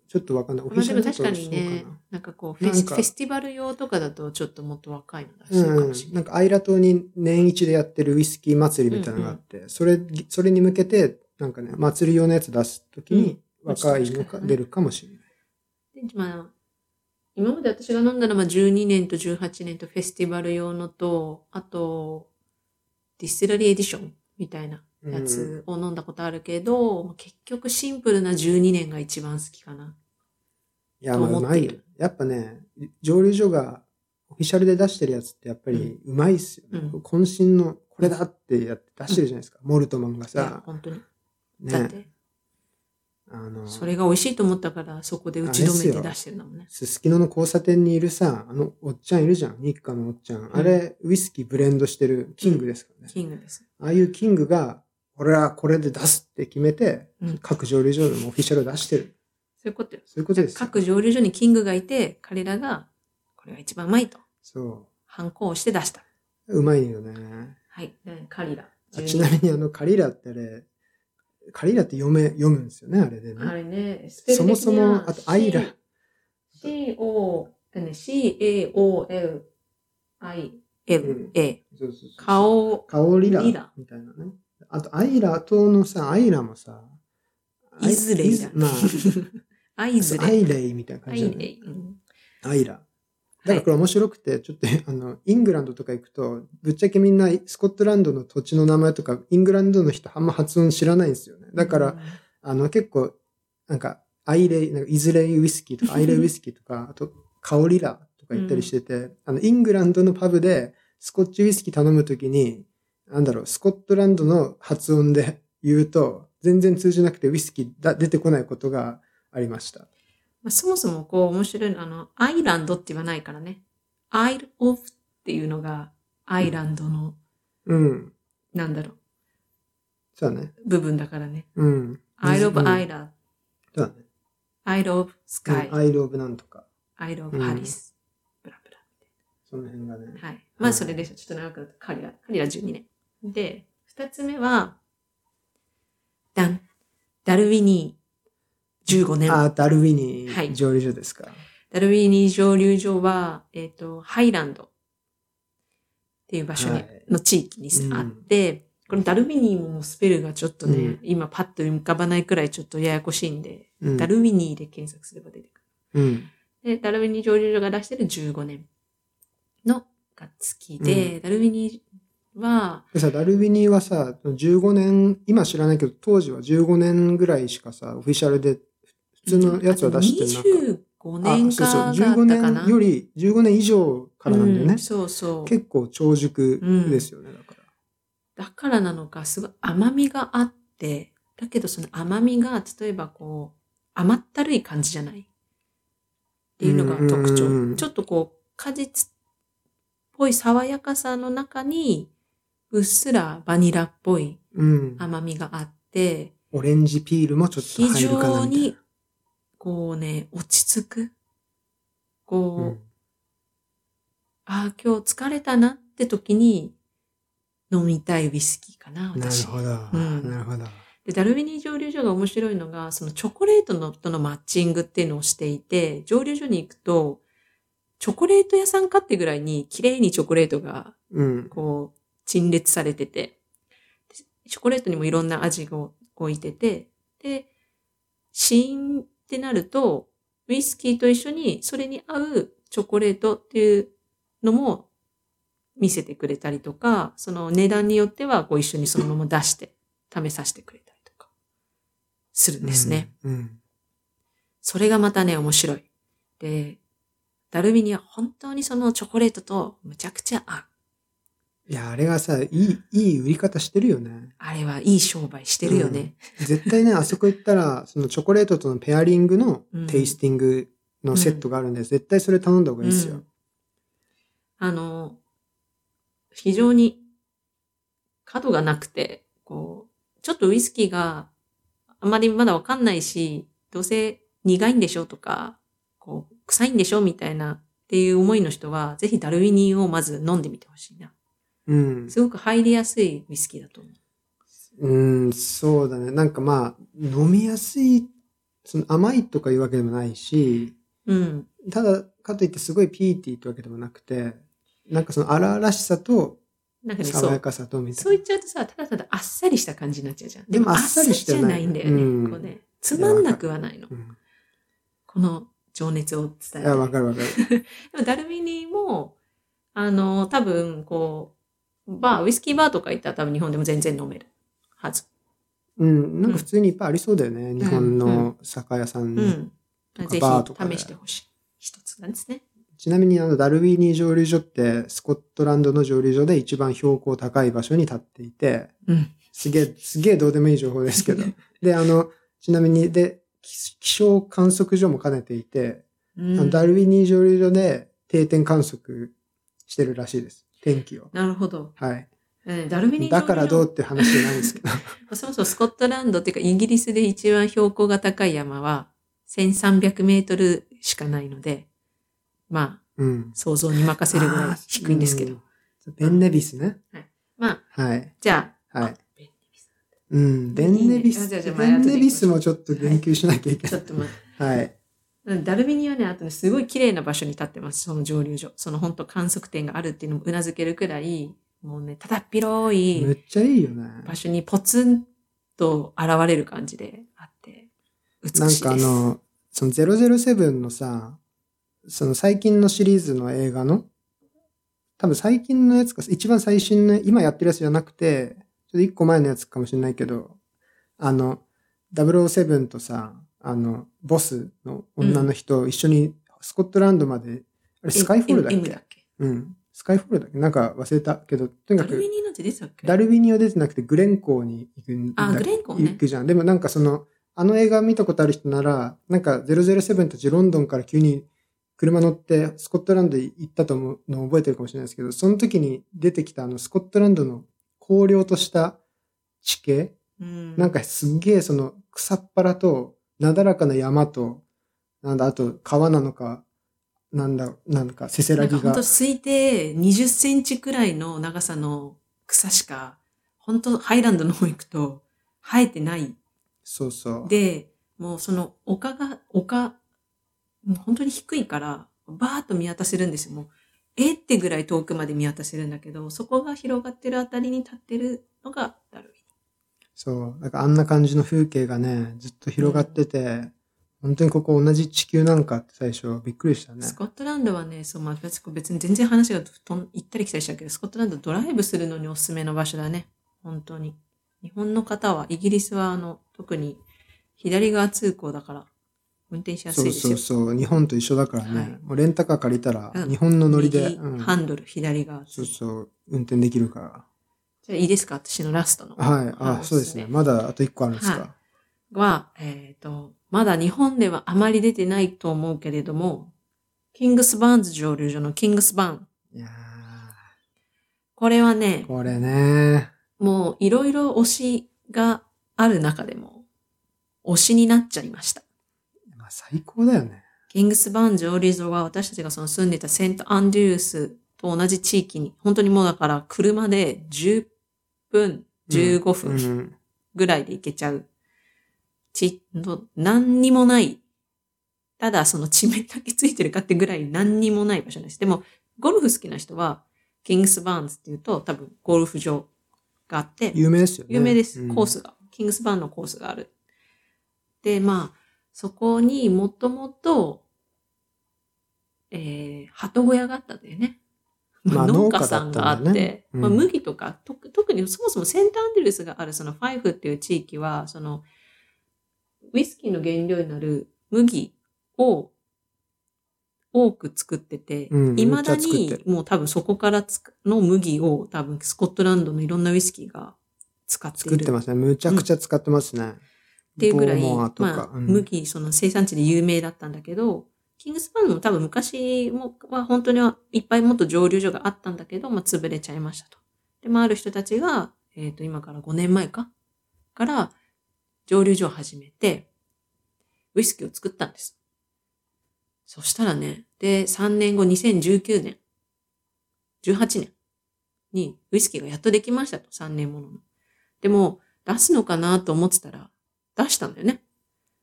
S2: ちょっとわかんない。オフ
S1: まあ
S2: ィシ
S1: で
S2: ャ
S1: も
S2: ルだとそ
S1: 確
S2: う
S1: か
S2: か
S1: にね、
S2: な。
S1: なんかこうフェス
S2: なんか
S1: フェスティバル用とかだとちょっともっと若いの出してるか
S2: う
S1: もしれ
S2: ん。
S1: な。
S2: ないんか、アイラ島に年一でやってるウイスキー祭りみたいなのがあって、それ、それに向けて、なんかね、祭り用のやつ出すときに、
S1: うん
S2: 若いのが出るかもしれない。
S1: で、まあ、今まで私が飲んだのはまあ12年と18年とフェスティバル用のと、あと、ディスティラリーエディションみたいなやつを飲んだことあるけど、まあ結局シンプルな12年が一番好きかな。
S2: いや、
S1: と
S2: まあ、
S1: 思
S2: う
S1: って
S2: まい
S1: い
S2: よ
S1: る。
S2: やっぱね、蒸留所がオフィシャルで出してるやつってやっぱりうまいっすよね。
S1: うん
S2: 渾身のこれだってやって出してるじゃないですか。モルトマンが
S1: いや
S2: さ、
S1: 本当に。だっ
S2: ね、
S1: て、
S2: あの、
S1: それが美味しいと思ったから、そこで打ち止めて出してるんだもんね。
S2: すすきのの交差点にいるさ、あのおっちゃんいるじゃん。日課のおっちゃん。あれ、ウイスキーブレンドしてるキングですからね。
S1: キングです。
S2: ああいうキングが、俺はこれで出すって決めて、
S1: うん
S2: 各蒸留所でもオフィシャル出してる。
S1: そういうことよ。
S2: そういうことですよ。
S1: 各蒸留所にキングがいて、彼らが、これが一番うまいと、
S2: そ
S1: 反抗をして出した。
S2: う。うまいよね。
S1: はい。でカリラ。
S2: あちなみにあの、カリラってあれ、カリラって読め、読むんですよね、あれでね。
S1: あれね、スペル
S2: そもそも、あと、アイラ。
S1: CO、ね CAOLIL、A、
S2: そうそうそう
S1: 顔、
S2: 顔リラ。
S1: リラ
S2: みたいなね。あと、アイラ島のさ、アイラもさ、ア
S1: イズレイだ
S2: まあ、
S1: アイズ
S2: ア
S1: レイ。
S2: イレイみたいな
S1: ア
S2: 感じ
S1: イ
S2: だ
S1: レ
S2: ね。
S1: イ。うん
S2: アイラ。だからこれ面白くて、ちょっと、 あの、イングランドとか行くと、ぶっちゃけみんなスコットランドの土地の名前とか、イングランドの人あんま発音知らないんですよね。だから、、あの、結構、なんか、アイレイ、なんか、イズレイウイスキーとか、アイレイウイスキーとか、あと、カオリラとか言ったりしてて、あの、イングランドのパブで、スコッチウイスキー頼むときに、なんだろう、スコットランドの発音で言うと、全然通じなくてウイスキーだ出てこないことがありました。
S1: まあ、そもそもこう面白いのはあの、アイランドって言わないからね。アイルオフっていうのが、アイランドの、
S2: うん。
S1: なんだろ
S2: そうだね。
S1: う、部分だからね。
S2: うん。
S1: アイルオ
S2: う
S1: ブ
S2: ん
S1: アイラ、
S2: そうだね。
S1: アイルオブスカイ
S2: うん、アイルオブなんとか。
S1: アイルオブハリス。ブラブラ。
S2: その辺がね。
S1: はい。まあ、それでしょ。ちょっと長くなった。カリラ、カリラ12年。で、二つ目は、ダン、ダルウィニー15年。
S2: あー、ダルウィニ
S1: は
S2: ー
S1: い
S2: 蒸留所ですか。
S1: ダルウィニー蒸留所は、えっ、と、ハイランドっていう場所に、
S2: はい
S1: の地域にす
S2: うん
S1: あって、このダルウィニーもスペルがちょっとね、
S2: うん
S1: 今パッと浮かばないくらいちょっとややこしいんで、
S2: うん。
S1: ダルウィニーで検索すれば出てくる。
S2: うん。
S1: で、ダルウィニー蒸留所が出してる15年のが好きで、ダルウィニーは、
S2: でさ、ダルビニーはさ、15年、今知らないけど、当時は15年ぐらいしかさ、オフィシャルで、普通のやつは出してなかっ
S1: 25
S2: た。
S1: 年かだ
S2: あ
S1: ったかな。
S2: 15年より、15年以上からなんだよね。
S1: うんそうそう。
S2: 結構長熟ですよね、だから。
S1: だからなのか、すごい甘みがあって、だけどその甘みが、例えばこう、甘ったるい感じじゃないっていうのが特
S2: うんうんう
S1: 徴。
S2: ん
S1: ちょっとこう、果実っぽい爽やかさの中に、うっすらバニラっぽい
S2: うん。
S1: 甘みがあって、
S2: オレンジピールもちょっと
S1: 非
S2: 入るかな
S1: 常
S2: みたい
S1: に、こうね、落ち着く。こう、
S2: な。
S1: ああ、今日疲れたなって時に飲みたいウイスキーかな、
S2: うん、なる
S1: 私。
S2: ほど、
S1: うん
S2: なるほど。
S1: で、ダルビニー蒸留所が面白いのが、そのチョコレートのとのマッチングっていうのをしていて、蒸留所に行くと、チョコレート屋さんかってぐらいに綺麗にチョコレートが
S2: うん。
S1: こう陳列されてて、チョコレートにもいろんな味を置いてて、で、死因ってなると、ウイスキーと一緒にそれに合うチョコレートっていうのも見せてくれたりとか、その値段によってはこう一緒にそのまま出して試させてくれたりとかするんですね。
S2: うん。うん。
S1: それがまたね、面白い。で、ダルミニは本当にそのチョコレートとむちゃくちゃ合う。
S2: いや、あれがさ、いい、いい売り方してるよね。
S1: あれはいい商売してるよね。
S2: 絶 対ね、あそこ行ったら、そのチョコレートとのペアリングのテイスティングのセットがあるんで、絶対それ頼んだ方がいいですよ。
S1: うんあの、非常に角がなくて、こう、ちょっとウイスキーがあまりまだわかんないし、どうせ苦いんでしょとか、こう、臭いんでしょみたいなっていう思いの人は、ぜひダルウィニーをまず飲んでみてほしいな。
S2: うん。
S1: すごく入りやすいウイスキーだと思う。
S2: うん、そうだね。なんかまあ、飲みやすい、その甘いとかいうわけでもないし、
S1: うん。
S2: ただ、かといってすごいピーティーってわけでもなくて、なんかその荒々しさと
S1: なんかね、そ
S2: 爽や
S1: う。
S2: かさとみた
S1: そう
S2: い
S1: 言っちゃうとさ、ただただあっさりした感じになっちゃうじゃん。
S2: でもあっさりして
S1: あっさじゃ
S2: な
S1: ないいんだよね。
S2: うん
S1: こうね、つまんなくはないの。
S2: な。
S1: この情熱を
S2: うん。
S1: 伝
S2: い
S1: えた
S2: や、
S1: い
S2: わかるわかる。
S1: でもダルミニーも、あの、多分、こう、バー、ウイスキーバーとか行ったら多分日本でも全然飲めるはず。
S2: うん、なんか普通にいっぱいありそうだよね。日本の酒屋さん
S1: う
S2: に。
S1: ん。
S2: とか
S1: ぜ
S2: バーとか
S1: ひ
S2: で
S1: 試してほしい。一つなんですね。
S2: ちなみにあの、ダルウィニー蒸留所って、スコットランドの蒸留所で一番標高高い場所に立っていて、
S1: うん。
S2: すげえ、すげえどうでもいい情報で すけど。で、あの、ちなみに、で、気気象観測所も兼ねていて、あのダルウィニー蒸留所で定点観測してるらしいです。天気を。
S1: なるほど。
S2: はい。
S1: えーダルミニー
S2: だからど
S1: う
S2: うって話じゃないんですけど。
S1: そもそもスコットランドっていうかイギリスで一番標高が高い山は1300メートルしかないので、まあ、
S2: うん。
S1: 想像に任せるぐらい低いんですけど。
S2: うん。ベンネビスね。
S1: まあ、
S2: はい。
S1: じゃあ、
S2: はい
S1: あベンネビス
S2: うん。ベンネビ
S1: いいねあ
S2: ス。
S1: じゃあじゃあ
S2: ベンネビスもちょっと言及しなきゃいけ
S1: ち
S2: な
S1: ょっと待って。
S2: い。はい。
S1: うんダルビニはね、あとね、すごい綺麗な場所に立ってます、その蒸留所。その本当観測点があるっていうのもうなずけるくらい、もうね、ただっ広
S2: め
S1: い
S2: っちゃいいよね。
S1: 場所にポツンと現れる感じであって、美しい
S2: な
S1: で
S2: ん
S1: す。
S2: かあの、その007のさ、その最近のシリーズの映画の、多分最近のやつか、一番最新の、今やってるやつじゃなくて、ちょっと一個前のやつかもしれないけど、あの、007とさ、あの、ボスの女の人、一緒にスコットランドまで、あれスカイフォールだっ
S1: M- M
S2: けうん。スカイフォールだっけなんか忘れたけど、とに
S1: ダ
S2: か
S1: ルビ
S2: く、
S1: ニなんて出てたっけ
S2: ダルビニは出てなくてグレンコーに行くんだ
S1: あ、
S2: っ
S1: グ
S2: け
S1: レンコン
S2: 行
S1: ね。
S2: くじゃん。でもなんかその、あの映画見たことある人なら、なんか007たちロンドンから急に車乗ってスコットランド行ったと思うのを覚えてるかもしれないですけど、その時に出てきたあのスコットランドの荒涼とした地形、
S1: うん。
S2: なんかすっげえその草っぱらと、なだらかな山と、なんだ、あと川なのか、なんだ、なんかせせ
S1: な
S2: ら
S1: んか
S2: ぎ
S1: 本
S2: が
S1: 当。推定20センチくらいの長さの草しか、本当ハイランドの方行くと生えてない
S2: そうそう。
S1: で、もうその丘が、丘、もう本当に低いから、バーッと見渡せるんですよ。もう、えーってぐらい遠くまで見渡せるんだけど、そこが広がってるあたりに立ってるのがダルウィ
S2: そう。なんかあんな感じの風景がね、ずっと広がってて、本当にここ同じ地球なんかって最初びっくりした
S1: ン
S2: ね。
S1: スコットランドはね、そう、まあ、別に別に全然話がとん行ったり来たりしたけど、スコットランドドライブするのにおすすめの場所だね。本当に。日本の方は、イギリスはあの、特に左側通行だから、運転しやすい
S2: そ
S1: で
S2: う
S1: す
S2: そ
S1: よ。
S2: うそう。日本と一緒だからね。
S1: はい
S2: もうレンタカー借りたら
S1: う、ん
S2: 日本のノリで、
S1: 右
S2: うん
S1: ハンドル、左側通
S2: そう
S1: 行。
S2: そう、運転できるか
S1: じゃあいいですか私のラストの。
S2: ら。はい。
S1: あ
S2: あ、そうで
S1: お
S2: す
S1: すすめ
S2: ね。まだあと一個あるんですか。
S1: は、えっ、と、まだ日本ではあまり出てないと思うけれども、キングスバーンズ蒸留所のキングスバーン。
S2: い、や
S1: これはね
S2: ー、これね。
S1: もういろいろ推しがある中でも、推しになっちゃいました。
S2: まあ、最高だよね。
S1: キングスバーン蒸留所は私たちがその住んでたセントアンデュースと同じ地域に、本当にもうだから車で10分、15分、
S2: うん。
S1: ぐらいで行けちゃう。ち、の、何にもない。ただ、その地面だけついてるかってぐらい何にもない場所なんです。でも、ゴルフ好きな人は、キングスバーンズっていうと、多分ゴルフ場があって、
S2: 有名ですよね。
S1: 有名です。
S2: うん
S1: コー。スが。キングスバーンのコースがある。で、まあ、そこにもともと、えー、鳩小屋があったんだよね。
S2: まあ
S1: 農家さんがあ
S2: 農家だった
S1: っ
S2: んだよね
S1: て、
S2: うん
S1: まあ、麦とか、と特にそもそもセンターアンデルスがあるそのファイフっていう地域は、その、ウイスキーの原料になる麦を多く作ってて、
S2: うん
S1: いまだ
S2: めっちゃ作っ
S1: に
S2: て
S1: もう多分そこからつくの麦を多分スコットランドのいろんなウイスキーが使ってい
S2: 作
S1: る。
S2: ってますね。むちゃくちゃ使ってますね。
S1: っていうぐらい、
S2: ボーモア
S1: ま
S2: とか
S1: あ、
S2: うん
S1: 麦、その生産地で有名だったんだけど、キングスパンも多分昔もは本当にいっぱいもっと蒸留所があったんだけど、まあ潰れちゃいましたと。で、まあある人たちが、えっ、と、今から5年前かから蒸留所を始めて、ウイスキーを作ったんです。そしたらね、で、3年後、2019年、18年にウイスキーがやっとできましたと、3年ものの。でも、出すのかなと思ってたら、出したんだよね。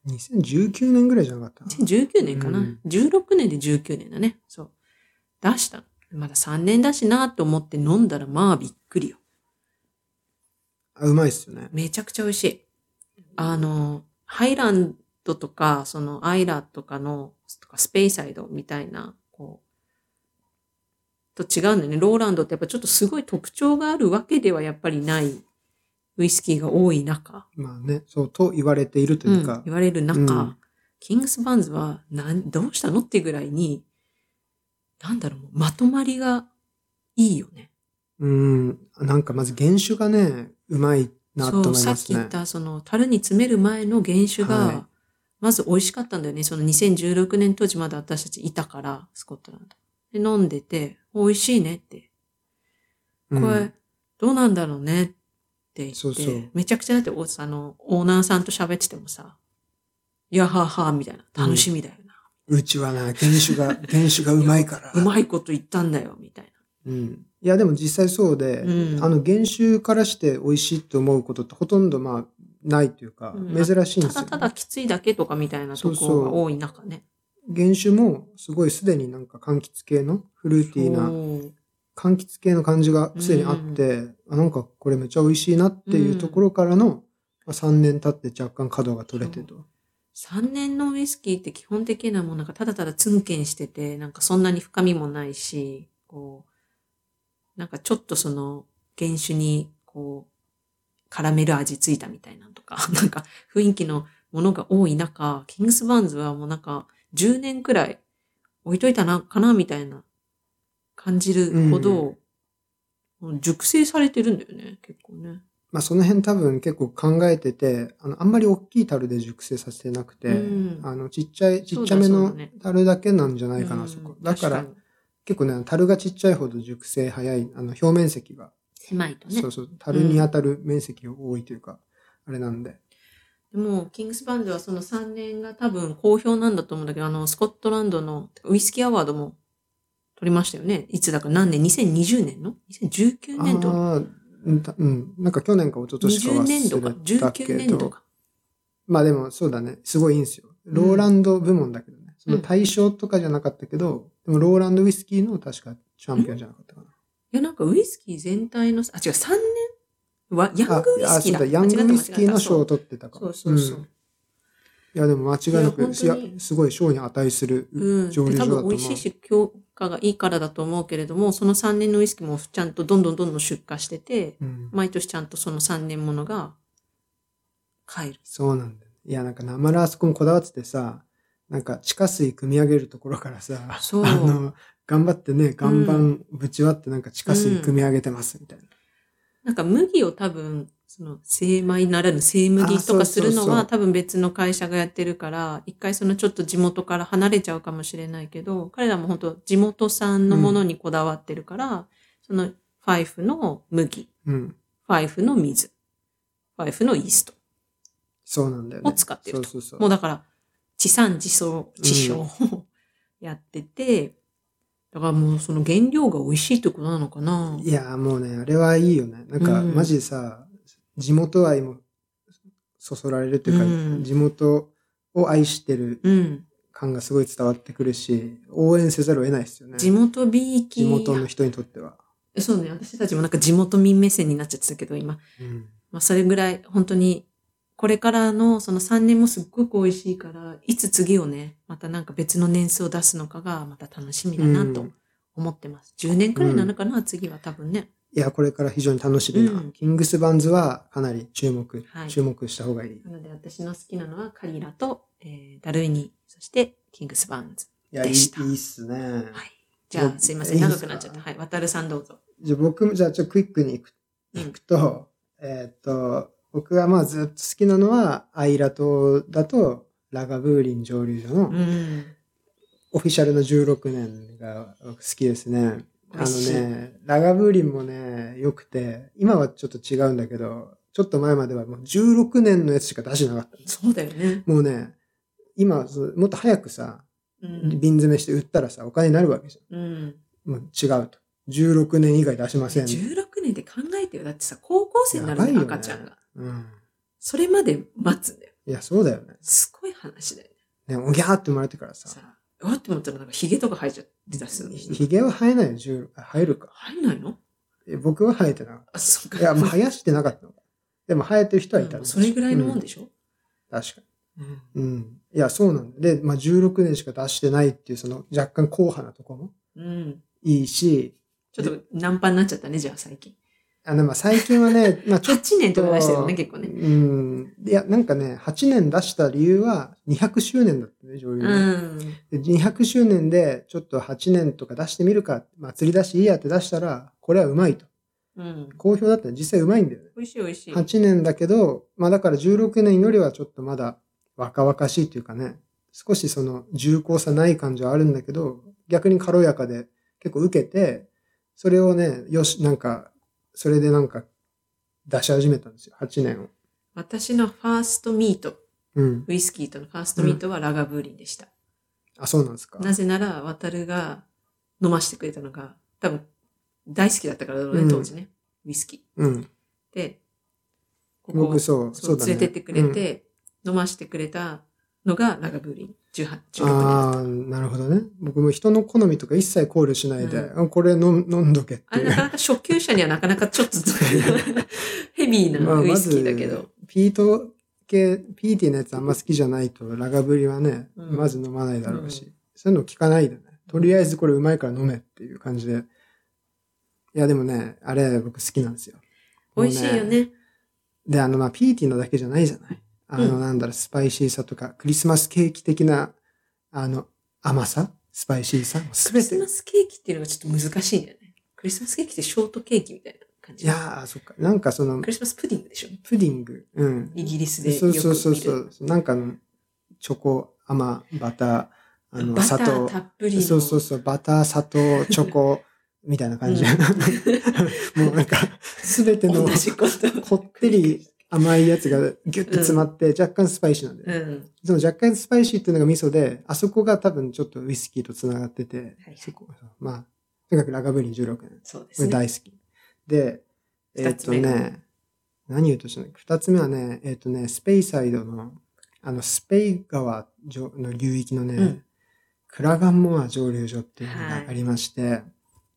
S2: 2019年ぐらいじゃなかった
S1: 2019年かな、
S2: うん
S1: 16年で19年だね。そう。出したの。まだ3年だしなと思って飲んだら、まあびっくりよ。
S2: あうまいっすよね。
S1: めちゃくちゃ美味しい。あの、ハイランドとか、そのアイラとかの、とかスペイサイドみたいな、こう、と違うんだよね。ローランドってやっぱちょっとすごい特徴があるわけではやっぱりないウイスキーが多い中、
S2: まあね、そうと言われていると
S1: う
S2: いうんか、
S1: 言われる中、
S2: うん
S1: キングスバンズはなんどうしたのってぐらいに、なんだろう、もうまとまりがいいよね。
S2: うん、なんかまず原酒がね、うまいなと思い
S1: そう、さ
S2: ま
S1: っき
S2: す
S1: 言っ
S2: ね。
S1: た、その、樽に詰める前の原酒が、
S2: はい
S1: まず美味しかったんだよね。その2016年当時まだ私たちいたから、スコットランド。で、飲んでて、美味しいねって。
S2: う
S1: こ
S2: ん
S1: れ、どうなんだろうねって言って、
S2: そうそう
S1: めちゃくちゃだってお、あの、オーナーさんと喋っててもさ、いやははみたいな、楽しみだよな。
S2: うちはな、原酒 が、原酒がうまいから。
S1: うまいこと言ったんだよ、みたい
S2: うん。いや、でも実際そうで、
S1: うん
S2: あの、原酒からして美味しいと思うことってほとんどまあ、ないというか、
S1: うん
S2: 珍しいん
S1: な。
S2: です
S1: た
S2: よ、
S1: だただきついだけとかみたいなと
S2: そう
S1: こ
S2: そう
S1: ろが多い中ね。
S2: 原酒もすごいすでになんか柑橘系のフルーティーな、
S1: そう
S2: 柑橘系の感じがすでにあって、あなんかこれめちゃ美味しいなっていうところからの、まあ、3年経って若干角が取れてと。
S1: 3年のウイスキーって基本的なもうなんかただただツンケンしてて、なんかそんなに深みもないし、こう、なんかちょっとその原酒にこう、カラメル味ついたみたいなのとか、 なんか雰囲気のものが多い中、キングスバーンズはもうなんか10年くらい置いといたな、かなみたいな感じるほど、もう熟成されてるんだよね、結構ね。
S2: まあその辺多分結構考えてて、あの、あんまり大きい樽で熟成させてなくて、
S1: うん
S2: あの、ちっちゃい、ちっちゃめ
S1: そうだ
S2: の
S1: そうだね
S2: 樽だけなんじゃないかな、
S1: うん
S2: そこ。だから、
S1: 確に
S2: 結構ね、樽がちっちゃいほど熟成早い、あの、表面積が、
S1: 狭いとね
S2: そう。そう、樽に当たる面積が多いというか、あれなんで。
S1: でも、キングスバンドはその3年が多分好評なんだと思うんだけど、あの、スコットランドのウイスキーアワードも取りましたよね。いつだか何年 ?2020 年の ?2019 年度
S2: ああ、うんたうん。なんか去年か一昨年か
S1: ?20 年度か
S2: 忘れたけ
S1: 19年度
S2: ど、
S1: か。
S2: まあでもそうだね、すごいいいんですよ。ローランド部門だけどね、その対象とかじゃなかったけど、でもローランドウイスキーの確かチャンピオンじゃなかったかな。
S1: いや、なんかウイスキー全体の、あ、違う、3年は、ヤングウイスキーだ。
S2: ああそうだヤングウイスキーの賞
S1: 賞
S2: を取ってたから。
S1: そうそうそううん
S2: いや、でも間違いなく、
S1: いや本当に
S2: いやすごい賞に値する
S1: うん。
S2: 蒸留
S1: で
S2: 所
S1: 多
S2: だと思
S1: 分
S2: う。
S1: 美味しいし、評価がいいからだと思うけれども、その3年のウイスキーもちゃんとどんどんどんどん出荷してて、
S2: うん、
S1: 毎年ちゃんとその3年ものが買える。
S2: そうなんだよ。いや、なんか生ラあそこもこだわっててさ、なんか地下水組み上げるところからさ、
S1: そう
S2: あの、頑張ってね、岩盤ぶち割ってなんか地下水組み上げてますみたいな。
S1: なんか麦を多分、その精米ならぬ精麦とかするの
S2: あそうそうそ
S1: は
S2: う
S1: 多分別の会社がやってるから、一回そのちょっと地元から離れちゃうかもしれないけど、彼らも本当地元産のものにこだわってるから、そのファイフの麦、
S2: うん。
S1: ファイフの水、ファイフのイースト。
S2: そうなんだよね。
S1: を使ってると
S2: そうそうそう。
S1: もうだから、地産地消、地消をやってて、だからもうその原料が美味しいってことなのかない
S2: や、もうね、あれはいいよね。なんか、
S1: うん
S2: マジさ、地元愛もそそられるというか、
S1: うん
S2: 地元を愛してる
S1: うん。
S2: 感がすごい伝わってくるし、応援せざるを得ないですよね。
S1: 地元ビーキ
S2: 地元の人にとっては。
S1: そうね、私たちもなんか地元民目線になっちゃってたけど、今。
S2: うん
S1: まあ、それぐらい、本当に、これからのその3年もすっごく美味しいから、いつ次をね、またなんか別の年数を出すのかが、また楽しみだな
S2: う
S1: と
S2: ん
S1: 思ってます。10年くらいなのかな、次は多分ね。
S2: いや、これから非常に楽しみな。
S1: うん
S2: キングスバンズはかなり注目、
S1: はい
S2: 注目した方がいい。
S1: なので私の好きなのはカリラと、えーダルイニ、そしてキングスバーンズ。
S2: いいや、いい
S1: でした
S2: いいっすね。
S1: はいじゃあ、すいません。
S2: いいで
S1: 長
S2: す
S1: く
S2: か
S1: なっちゃった。はい。渡るさんどうぞ。
S2: じゃあ僕も、じゃあちょっとクイックに行く
S1: うん
S2: 行くと、えーっと、僕がまあずっと好きなのは、アイラ島だと、ラガブーリン蒸留所
S1: う
S2: の
S1: ん。
S2: オフィシャルの16年が僕好きですね。
S1: 美
S2: あの
S1: 味しい。
S2: ね、ラガブーリンもね、良くて、今はちょっと違うんだけど、ちょっと前まではもう16年のやつしか出してなかった。
S1: そうだよね。
S2: もうね、今、そもっと早くさ、
S1: うん。
S2: 瓶詰めして売ったらさ、お金になるわけじ
S1: うん。
S2: ゃん。もう違うと。16年以外出しません。
S1: 16年で考えてよ。だってさ、高校生になるんだよ、
S2: やばいよね
S1: 赤ちゃんが。
S2: うん。
S1: それまで待つんだよ。
S2: いや、そうだよね。
S1: すごい話だよね。
S2: ね、おぎゃーって生まれてからさ
S1: さ、うわって思ったらなんかヒゲとか生えちゃってたするの。
S2: ひひげは生えないよ、10あ生えるか。
S1: 生えないの
S2: え僕は生えてなかっ
S1: あ、そっか。
S2: た。いや、もう生やしてなかったのか。でも生えてる人はいた
S1: うんんそれぐらいのもん
S2: で
S1: でしょ
S2: 確か
S1: うん。
S2: に。うん。いや、そうなんだ。で、まあ、16年しか出してないっていう、その若干硬派なとこも
S1: うん。
S2: いいし、
S1: ちょっとナンパになっちゃったね、じゃあ最近。
S2: あの、まあ、最近は ね、まあ、ちょっと。
S1: 8年とか出してるのね、結構ね。
S2: うん。いや、なんかね、8年出した理由は200周年だったね、上流
S1: う
S2: の。
S1: ん。
S2: で200周年でちょっと8年とか出してみるか、まあ、釣り出しいいやって出したら、これはうまいと。
S1: うん。
S2: 好評だったら実際うまいんだよね。
S1: 美味しい美味しい。
S2: 8年だけど、まあだから16年よりはちょっとまだ若々しいというかね、少しその重厚さない感じはあるんだけど、逆に軽やかで結構受けて、それをね、よし、なんか、それでなんか出し始めたんですよ、8年を。
S1: 私のファーストミート、
S2: うん。
S1: ウイスキーとのファーストミートはラガブーリンでした。
S2: あ、そうなんですか。
S1: なぜなら、渡るが飲ましてくれたのが、多分、大好きだったからだろう
S2: う
S1: ね、
S2: ん
S1: 当時ね。ウイスキ
S2: うん。
S1: ー。で、ここ
S2: 僕そう、
S1: そ
S2: そううだね。
S1: 連れてってくれ
S2: うん
S1: て、飲ましてくれたのがラガブーリン。18、16年だっ
S2: あ
S1: た。
S2: あ、なるほどね。僕も人の好みとか一切考慮しないで、
S1: う
S2: あこれ飲ん飲んどけっ
S1: あ
S2: てい
S1: れ
S2: う。
S1: なかなか初級者にはなかなかちょっ とヘビーなウイスキーだけど。
S2: ピート系、ピーティーなやつあんま好きじゃないと、ラガブリはね、
S1: うん
S2: まず飲まないだろうし、
S1: う
S2: そういうの聞かないでね。とりあえずこれうまいから飲めっていう感じで。いや、でもね、あれ僕好きなんですよ。
S1: 美味しいよ
S2: もう。
S1: ね。
S2: で、あの、まあ、ピーティーのだけじゃないじゃない。あ
S1: う
S2: の、なんだろう、スパイシーさとか、クリスマスケーキ的な、あの、甘さスパイシーさす
S1: クリ
S2: べ
S1: ス
S2: て。
S1: マスケーキっていうのがちょっと難しいんだよね。クリスマスケーキってショートケーキみたいな感
S2: い
S1: じ。
S2: やー、そっか。なんかその
S1: ク、リスマスプディングでしょ
S2: プディング。うん。
S1: イギリスでよく
S2: そ
S1: 見
S2: う
S1: る。
S2: そうそうそう。なんかあの、チョコ、甘、バター、あの、
S1: バタ
S2: 砂
S1: ー
S2: 糖
S1: た。っぷりの。
S2: そうそうそう、バター、砂糖、チ ョコ、みたいな感じ。 もうなんか、すべての
S1: 同じこと。
S2: こってり甘いやつがギュッと詰まって、若干スパイシーなんだよ
S1: う
S2: ね。
S1: ん。
S2: その若干スパイシーっていうのが味噌で、あそこが多分ちょっとウイスキーと繋がってて、
S1: はい
S2: そこ、まあ、とにかくラガブリン16年。
S1: そうで
S2: こ
S1: す
S2: れ
S1: ね。
S2: 大好き。で、えー
S1: 二
S2: っ
S1: つ
S2: と
S1: 目
S2: ね、何言うとしたの二つ目はね、えーっとね、スペイサイドの、あの、スペイ川上の流域のね、
S1: うん
S2: クラガンモア蒸留所っていうのがありまして、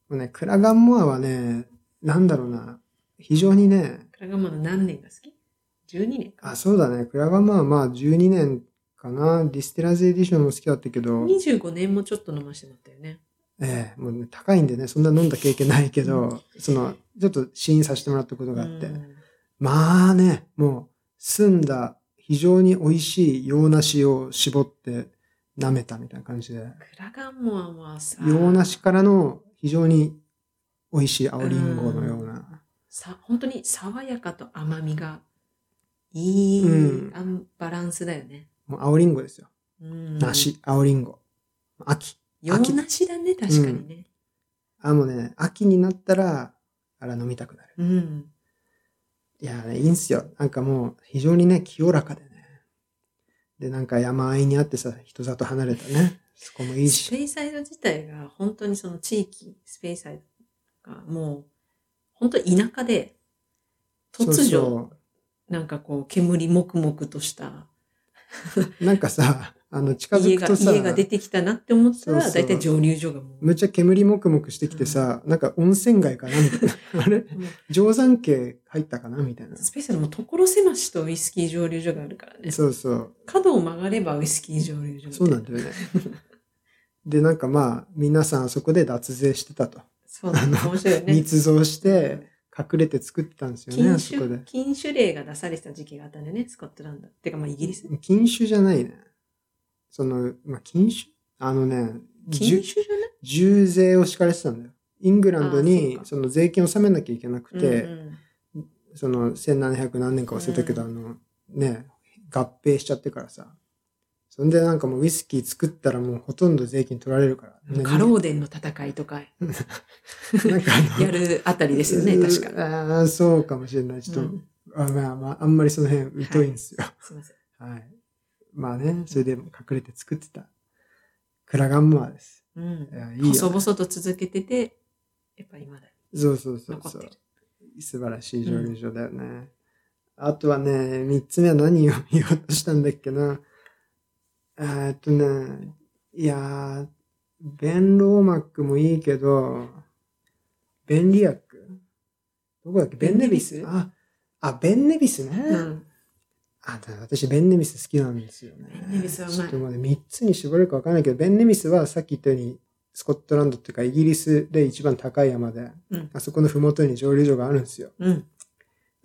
S2: もうね、クラガンモアはね、なんだろうな、非常にね、
S1: クラガモの何年が好き ?12 年か。
S2: あ、そうだね、クラガンモアはまあ12年かな、ディステラーズエディションも好きだったけど、
S1: 25年もちょっと飲ましてもらったよね。
S2: ええもうね、高いんでね、そんな飲んだ経験ないけど、その、ちょっと試飲させてもらったことがあって、
S1: うん
S2: まあね、もう、澄んだ、非常に美味しい洋梨を絞って舐めたみたいな感じで、
S1: クラガンモアはさ、
S2: 洋梨からの非常に美味しい青りんごのような、
S1: さ、本当に爽やかと甘みが、いい、
S2: うん
S1: あんバランスだよね。
S2: もう青りんごですよ。
S1: うん。。
S2: 梨、青りんご。秋。
S1: 洋梨だね、確かにね。
S2: あ、もうね、秋になったら、あら飲みたくなる。
S1: うん。
S2: いやーね、いいんすよ。なんかもう、非常にね、清らかでね。で、なんか山あいにあってさ、人里離れたね。そこもいい
S1: ス
S2: し。
S1: ペイサイド自体が本当にその地域、スペイサイドがもう本当に田舎で突如
S2: そうそう
S1: なんかこう煙もくもくとした
S2: なんかさ、あの、近づ
S1: 家
S2: く
S1: が
S2: とさ、
S1: 家が出てきたなって思ったら
S2: そうそう
S1: 大体蒸留所がもう
S2: むっちゃ煙もくもくしてきてさ、なんか温泉街かなみたい な。あれ
S1: もう
S2: 定山系入ったかなみたいな。
S1: スペイサイドも所狭しとウイスキー蒸留所があるからね
S2: そうそう。
S1: 角を曲がればウイスキー蒸留所みたい
S2: そうなんだよ ね。で、なんかまあ、皆さんあそこで脱税してたと。
S1: そうなんだ面白いよね
S2: 密造して、隠れて作ってたんですよね、
S1: 禁
S2: あそこで
S1: 酒。禁酒令が出されてた時期があったんだよねスコットランドってかまあイギリス
S2: 禁酒じゃないね。その、まあ、禁酒あのね、
S1: 禁酒
S2: 重
S1: じゃない
S2: 重税を敷かれてたんだよ。イングランド
S1: あーそう
S2: に
S1: か
S2: その税金を納めなきゃいけなくて、
S1: うん
S2: その1700何年か忘れたけど、
S1: う
S2: あの、ね、合併しちゃってからさ。そんでなんかもうウイスキー作ったらもうほとんど税金取られるから。
S1: うん過労伝の戦いとか
S2: なんかあの
S1: やるあたりですよね、確か。
S2: ああ、そうかもしれない。ちょっと、
S1: うん
S2: あまあまあ、あんまりその辺疎いんですよ。
S1: すいません。
S2: はい。まあね、それでも隠れて作ってた。クラガンモアです。いやいい
S1: うん。
S2: よね
S1: 細々と続けてて、やっぱ今だ
S2: そうそうそう
S1: 残っ
S2: そ
S1: てる
S2: う。。素晴らしい蒸留所だよね。あとはね、三つ目は何を 見ようとしたんだっけな。えーっとね、いやー、ベンローマックもいいけど、ベンリアックどこだっけベンネビス
S1: ベンネビス
S2: あ、あ、ベンネビスね。
S1: うん。
S2: あ、だ私、ベンネミス好きなんですよね。
S1: ベンネミスはうまい
S2: ちょっとまだ3つに絞れるかわかんないけど、ベンネミスはさっき言ったように、スコットランドっていうか、イギリスで一番高い山で、
S1: うん
S2: あそこの麓に蒸留所があるんですよ。
S1: うん。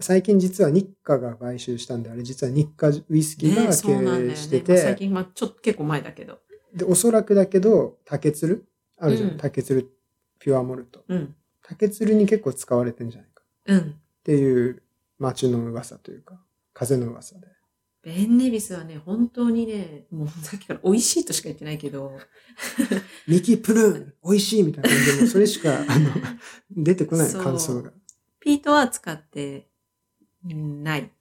S2: 最近実は日課が買収したんで、あれ実は日課ウイスキー
S1: ね
S2: が
S1: そうなんだよ
S2: 経営
S1: ね。
S2: して
S1: まあ
S2: て、
S1: 最近、まあちょっと結構前だけど。
S2: で、おそらくだけど、竹鶴あるじゃん。
S1: うん
S2: 竹鶴ピュアモルト。
S1: うん。
S2: 竹鶴に結構使われてんじゃないか。
S1: うん。
S2: っていう街の噂というか、風の噂で。
S1: ベンネビスはね、本当にね、もうさっきから美味しいとしか言ってないけど、
S2: ミキプルーン、美味しいみたいな感じで、もうそれし か、あの、出てこない
S1: そう
S2: 感想が。
S1: ピートは使ってない。ん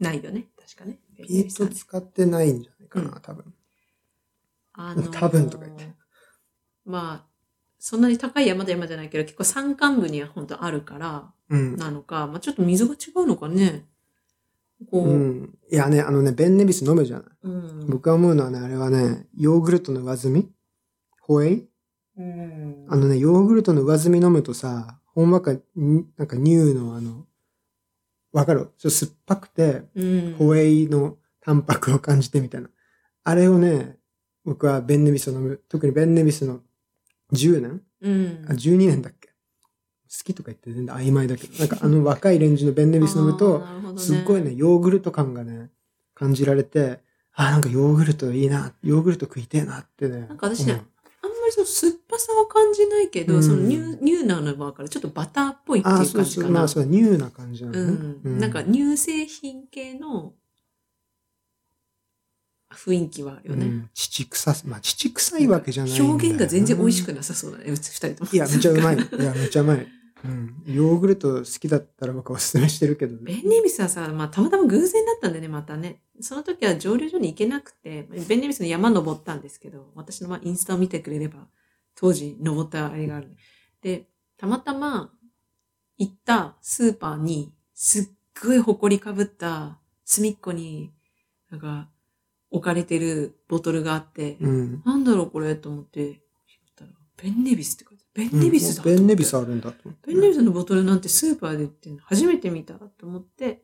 S1: ないよね。確かね。
S2: ピート使ってないんじゃないか
S1: う
S2: な、多分。
S1: あのー
S2: 多分とか言って
S1: まあ、そんなに高い山と山じゃないけど、結構山間部には本当あるから、
S2: うん。
S1: なのか、まあちょっと水が違うのかね。こ
S2: う
S1: う、
S2: ん。いやね、あのね、ベンネビス飲むじゃない。
S1: うん。
S2: 僕が思うのはね、あれはね、ヨーグルトの上澄みホエイ
S1: うん
S2: あのね、ヨーグルトの上澄み飲むとさ、ほんわか、になんか乳のあの、わかるちょっと酸っぱくて、
S1: うん、
S2: ホエイのタンパクを感じてみたいな。あれをね、僕はベンネビスを飲む。特にベンネビスの10年
S1: うん。
S2: あ、12年だっけ好きとか言って全然曖昧だけど、なんかあの若いレンジのベンネビス飲む
S1: あー
S2: と、
S1: なるほど
S2: すっごいね、ヨーグルト感がね、感じられて、あー、なんかヨーグルトいいな、ヨーグルト食いてえなってね。
S1: なんか私
S2: 思
S1: ねあ
S2: う
S1: んまりその酸っぱさは感じないけど、
S2: うん
S1: そのニューニューナーのバーからちょっとバターっぽいっていう
S2: あー、
S1: 感じか
S2: そう
S1: な。
S2: そう、まあそう、ニューな感じなのね。
S1: うん。なんか乳製品系の雰囲気はあるよね。
S2: うん乳臭さ、まあ乳臭いわけじゃないんだよな
S1: 表現が全然美味しくなさそうだね、うち二人とも。
S2: いや、めちゃうまい。い
S1: なんか
S2: や、めちゃうまい。うん。ヨーグルト好きだったら僕はおすすめしてるけど。
S1: ベンネビスはさ、まあ、たまたま偶然だったんだよね、またね。その時は蒸留所に行けなくて、ベンネビスの山登ったんですけど、私のまあインスタを見てくれれば、当時登ったあれがある。で、たまたま行ったスーパーに、すっごい埃かぶった隅っこに、なんか、置かれてるボトルがあって、
S2: うん。
S1: なんだろうこれと思って、拾ったら、ベンネビスって書いてあるベンネビスだ、
S2: うんベンネビスあるんだと思って。
S1: ペンネルズのボトルなんてスーパーで売ってんの初めて見たと思って、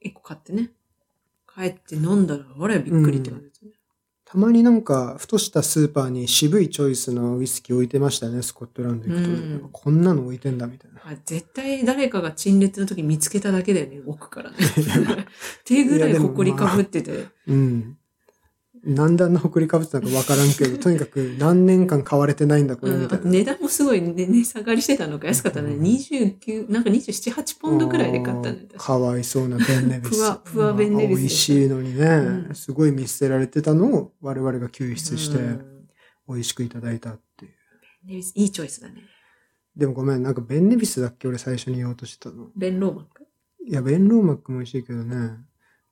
S1: 一個買ってね。帰って飲んだら、あれびっくりって感じですね。
S2: たまになんか、ふとしたスーパーに渋いチョイスのウイスキー置いてましたね、スコットランド行くと。
S1: うん
S2: なんかこんなの置いてんだみたいな。
S1: あ絶対誰かが陳列の時見つけただけだよね、奥から ね。手ぐらい埃かぶってて。
S2: うん。何段のほくりかぶってたのかわからんけど、とにかく何年間買われてないんだ、これ
S1: うん
S2: みたいな。
S1: 値段もすごいね値下がりしてたのか安かったね。
S2: うん
S1: 29、なんか27、8ポンドくらいで買った
S2: あ
S1: んだよ
S2: ー
S1: 確か
S2: かわいそうなベンネビス。
S1: プアプアベンネビス
S2: 美味しいのにね、
S1: うん
S2: すごい見捨てられてたのを我々が救出して
S1: うん
S2: 美味しくいただいたっていう。
S1: ベンネビスいいチョイスだね。
S2: でもごめん、なんかベンネビスだっけ俺最初に言おうとしてたの。
S1: ベンローマンか。
S2: いや、ベンローマックも美味しいけどね。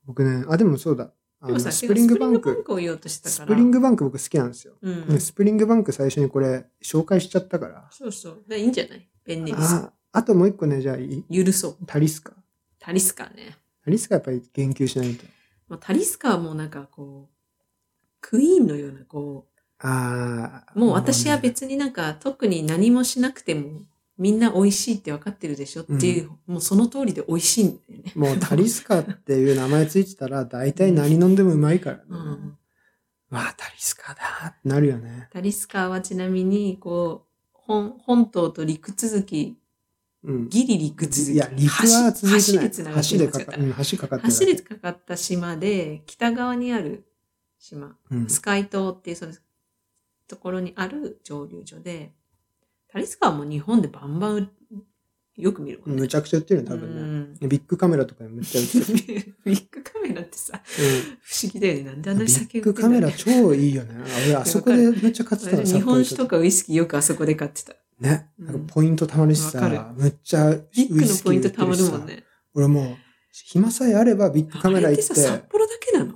S2: 僕ね、あ、でもそうだ。あ
S1: でも
S2: の
S1: さ、
S2: スプリングバン
S1: スプリングバン
S2: ク。
S1: クを言おうとしてたから。
S2: スプリングバンク僕好きなんですよ。
S1: うん
S2: ねスプリングバンク最初にこれ紹介しちゃったから。
S1: そうそう。でいいんじゃないベンネビス。
S2: あ、あともう一個ね、じゃあいい
S1: 許そう。
S2: タリスカ。
S1: タリスカね。
S2: タリスカやっぱり言及しないと。
S1: まあ、タリスカはもうなんかこう、クイーンのようなこ
S2: ああ。
S1: う、もう私は
S2: ね
S1: 別になんか特に何もしなくてもみんな美味しいって分かってるでしょっていう、もうその通りで美味しいんだよね。
S2: もうタリスカっていう名前ついてたら、大体何飲んでもうまいからね。
S1: うん
S2: わあ、タリスカだーってなるよね。
S1: タリスカはちなみに、こう、本、本島と陸続き、
S2: うん。
S1: ギリ陸続き。
S2: いや、陸は
S1: 橋
S2: 続いて
S1: 橋
S2: ない。
S1: でつながって
S2: 橋
S1: る
S2: でかか、うん、橋かかって
S1: 橋
S2: る
S1: でかかった島で、北側にある島。
S2: うん
S1: スカイ島っていうそのところにある蒸留所で、タリスカはもう日本でバンバンよく見るもんね。
S2: むちゃくちゃ売ってるよね、多分ね。
S1: ね。
S2: ビッグカメラとかにむっちゃ売って る。
S1: ビッグカメラってさ、
S2: うん
S1: 不思議だよね。なんであんな
S2: ビ
S1: に酒
S2: ッ
S1: 売
S2: グ
S1: ってんだろ
S2: カ
S1: う
S2: メ
S1: ね
S2: ラ超いいよね。俺、あそこでめっちゃ買ってたの
S1: 私
S2: 札
S1: 日
S2: 幌
S1: 本
S2: 行っ
S1: 酒
S2: た
S1: とかウイスキーよくあそこで買ってた。
S2: ね。
S1: うん
S2: なんかポイント貯まるし
S1: わか
S2: さ、むっちゃウイ
S1: ビッグの
S2: スキ
S1: ポイ
S2: ー売
S1: ン
S2: って
S1: ト
S2: るしさ
S1: たまるもんね。
S2: 俺もう、暇さえあればビッグカメラ
S1: あ
S2: 行っ
S1: れってさ、
S2: て
S1: 札、幌だけなの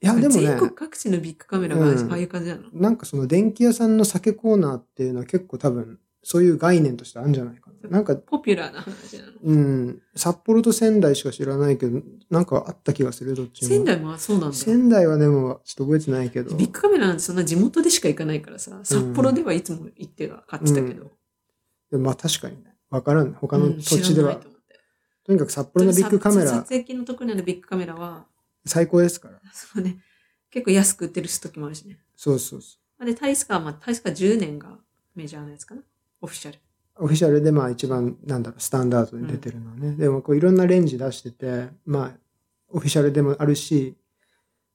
S2: いや、でもね
S1: 全、国各地のビッグカメラが
S2: うん
S1: ああいう感じなの、
S2: なんかその電気屋さんの酒コーナーっていうのは結構多分、そういう概念としてあるんじゃないかな。なんか、
S1: ポピュラーな話なの。
S2: うん、札幌と仙台しか知らないけど、なんかあった気がする、どっちも。
S1: 仙台もそうなんだ。
S2: 仙台はね、もうちょっと覚えてないけど。
S1: ビッグカメラなんてそんな地元でしか行かないからさ、札幌ではいつも行っては買ってたけど。
S2: でもまあ確かにね、わからんね。他
S1: う
S2: の
S1: ん
S2: 土地では。
S1: 知らないと思って
S2: とにかく札幌のビッグカメ
S1: でもさ
S2: ラ
S1: 撮、影機のとこにあるビッグカメラは、
S2: 最高ですから。
S1: そうね、結構安く売ってる時もあるしね。
S2: そうそうそ
S1: で、タイスカは、まあ、タイスカ10年がメジャーなやつかな。オフィシャル。
S2: う。オフィシャルでまあ一番、なんだろう、スタンダードに出てるのはね。でもこういろんなレンジ出してて、まあ、オフィシャルでもあるし、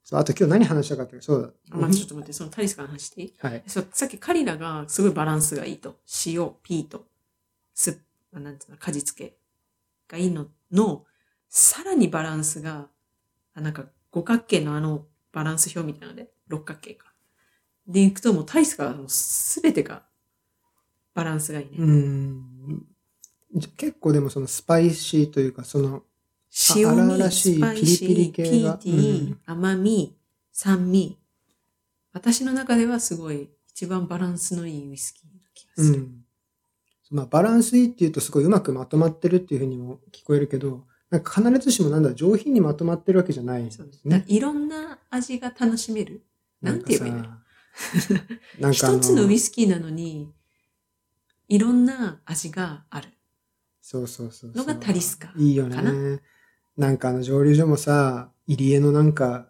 S2: そうあと今日何話したかったか、そうだ。
S1: まあ、ちょっと待って、そのタイスカの話していい
S2: はい。
S1: そうさっきカリラがすごいバランスがいいと。塩、ピート、す、なんていうの、果実系がいいの、の、さらにバランスが、あなんか五角形のあのバランス表みたいなので、六角形か。でいくともうタイスカはもうすべてがバランスがいいね。
S2: うん。じゃ結構でもそのスパイシーというか、その、
S1: 塩
S2: あ荒
S1: 味
S2: 々しい
S1: スパイシー、
S2: ピ
S1: ピ
S2: リピリ系が
S1: ーティー、
S2: うん
S1: 甘み、酸味。私の中ではすごい一番バランスのいいウイスキーな気が
S2: う
S1: する。
S2: ん。まあ、バランスいいっていうとすごいうまくまとまってるっていうふうにも聞こえるけど、なんか必ずしもなんだろう上品にまとまってるわけじゃない。
S1: そうです
S2: ね
S1: ね。いろんな味が楽しめる。なんて言えばいいの
S2: かさなんかあ
S1: 一つのウ
S2: の
S1: イ、スキーなのに、いろんな味がある。
S2: そうそうそうそ
S1: の
S2: う。
S1: がタリスカ
S2: いいよ
S1: かな
S2: ね。なんかあの蒸留所もさ、入り江のなんか、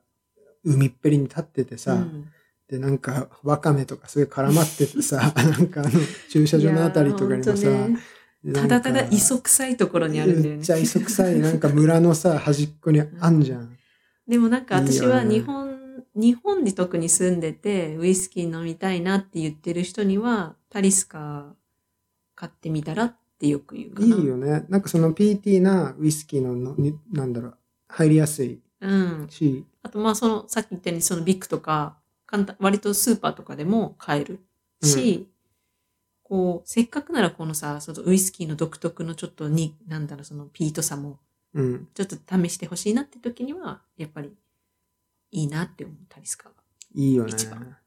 S2: 海っぺりに立っててさ、
S1: うん
S2: でなんかわかめとかすごい絡まっててさ、 なんかあの駐車場のあたりとかにも
S1: い
S2: さ、
S1: やーほんとね
S2: なんか
S1: ただただ磯臭いところにあるんだよ
S2: めっ
S1: ね
S2: ち。ゃ磯臭い、なんか村のさ、端っこにあんじゃん。
S1: でもなんか私はい
S2: いよね
S1: 日本、日本に特に住んでて、ウイスキー飲みたいなって言ってる人には、タリスカ買ってみたらってよく言うか
S2: いい
S1: な。
S2: よね。なんかその PT なウイスキーのの、になんだろう、入りやすい
S1: うん。
S2: し、
S1: あとまあその、さっき言ったようにそのビッグとか、簡単、割とスーパーとかでも買えるし、こう、せっかくならこのさ、そのウイスキーの独特のちょっとに、なんだろう、そのピートさも、
S2: うん。
S1: ちょっと試してほしいなって時には、やっぱり、いいなって思う、タリスカが。
S2: いいよね
S1: 一番。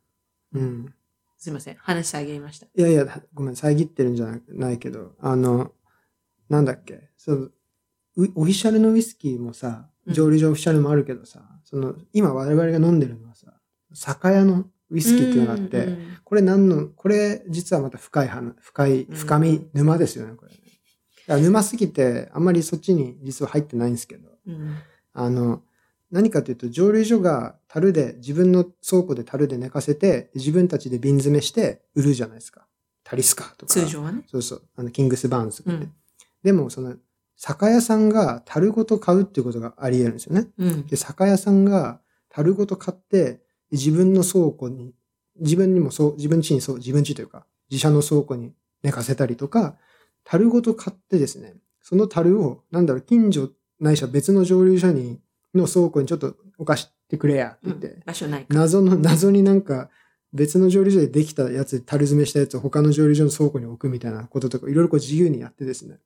S2: うん。
S1: すいません、話してあげました。
S2: いやいや、ごめん、遮ってるんじゃなないけど、あの、なんだっけ、その、ウオフィシャルのウイスキーもさ、
S1: うん
S2: 蒸留所オフィシャルもあるけどさ、その、今我々が飲んでるのはさ、酒屋のウイ
S1: ウ
S2: スキーっていうのがあって、
S1: うん
S2: これ何の、これ実はまた深い話、深い、
S1: うん
S2: 深み、沼ですよね、これね。だから沼すぎて、あんまりそっちに実は入ってないんですけど、
S1: うん
S2: あの、何かというと、蒸留所が樽で、自分の倉庫で樽で寝かせて、自分たちで瓶詰めして売るじゃないですか。タリスカとか。
S1: 通。常はね。
S2: そうそう。あの、キングスバーンズとかね、
S1: うん
S2: でも、その、酒屋さんが樽ごと買うっていうことがあり得るんですよね。
S1: うん。
S2: で、酒屋さんが樽ごと買って、自分の倉庫に、自分にもそう、自分家にそう、自分家というか、自社の倉庫に寝かせたりとか、樽ごと買ってですね、その樽を、なんだろう、近所ないしは別の蒸留所に、の倉庫にちょっと置かしてくれや、って
S1: う
S2: 言っ
S1: ん
S2: て、
S1: 場所ないから。
S2: 謎の、謎になんか、別の蒸留所でできたやつ、樽詰めしたやつを他の蒸留所の倉庫に置くみたいなこととか、いろいろこう自由にやってですね。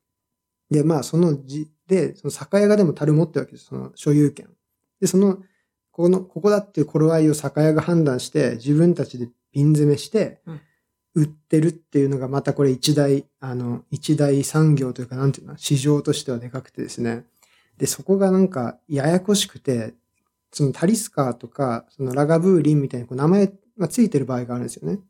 S2: で、まあ、そのじ、で、その酒屋がでも樽持ってるわけです、その所有権。で、その、この、ここだっていう頃合いを酒屋が判断して、自分たちで瓶詰めして
S1: うん、
S2: 売ってるっていうのが、またこれ一大、あの、一大産業というか、なんていうの、市場としてはでかくてですね。で、そこがなんか、ややこしくて、そのタリスカーとか、そのラガブーリンみたいにこう名前がついてる場合があるんですよね。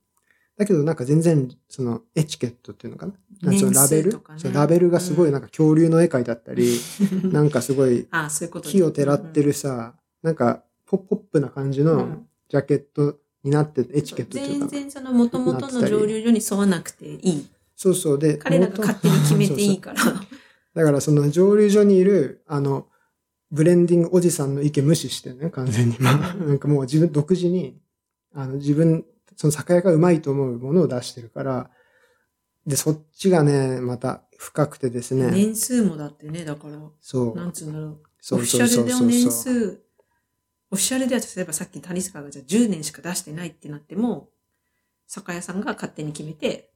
S2: だけどなんか全然、そのエチケットっていうのかななんかそのラ
S1: 年数
S2: ベル、
S1: とかね
S2: そうラベルがすごいなんか恐竜の絵描いてあったり、 なんかすごい
S1: ああ、そういうことね
S2: 木をてらってるさ、なんかポポップな感じ
S1: うん
S2: のジャケットになって、エチケットっていう
S1: 全
S2: かな。
S1: 然その元々の蒸留所に沿わなくていい。
S2: そうそうで、
S1: 彼らが勝手に決めていい
S2: か。
S1: から。
S2: だからその蒸留所にいる、あの、ブレンディングお じさんの意見無視してね、完全に。まあ、なんかもう自分独自に、あの、自分その酒屋がうまいと思うものを出してるから、で、そっちがね、また深くてですね。
S1: 年数もだってね、だから、
S2: そう。
S1: なんつうんだろう。
S2: そ
S1: オフ
S2: う
S1: ィシ
S2: そうそ
S1: ャル
S2: う
S1: で
S2: そ
S1: の
S2: う
S1: 年
S2: そう。
S1: 数、オフィシャルでは例えばさっき谷塚がじゃあ10年しか出してないってなっても、酒屋さんが勝手に決めて、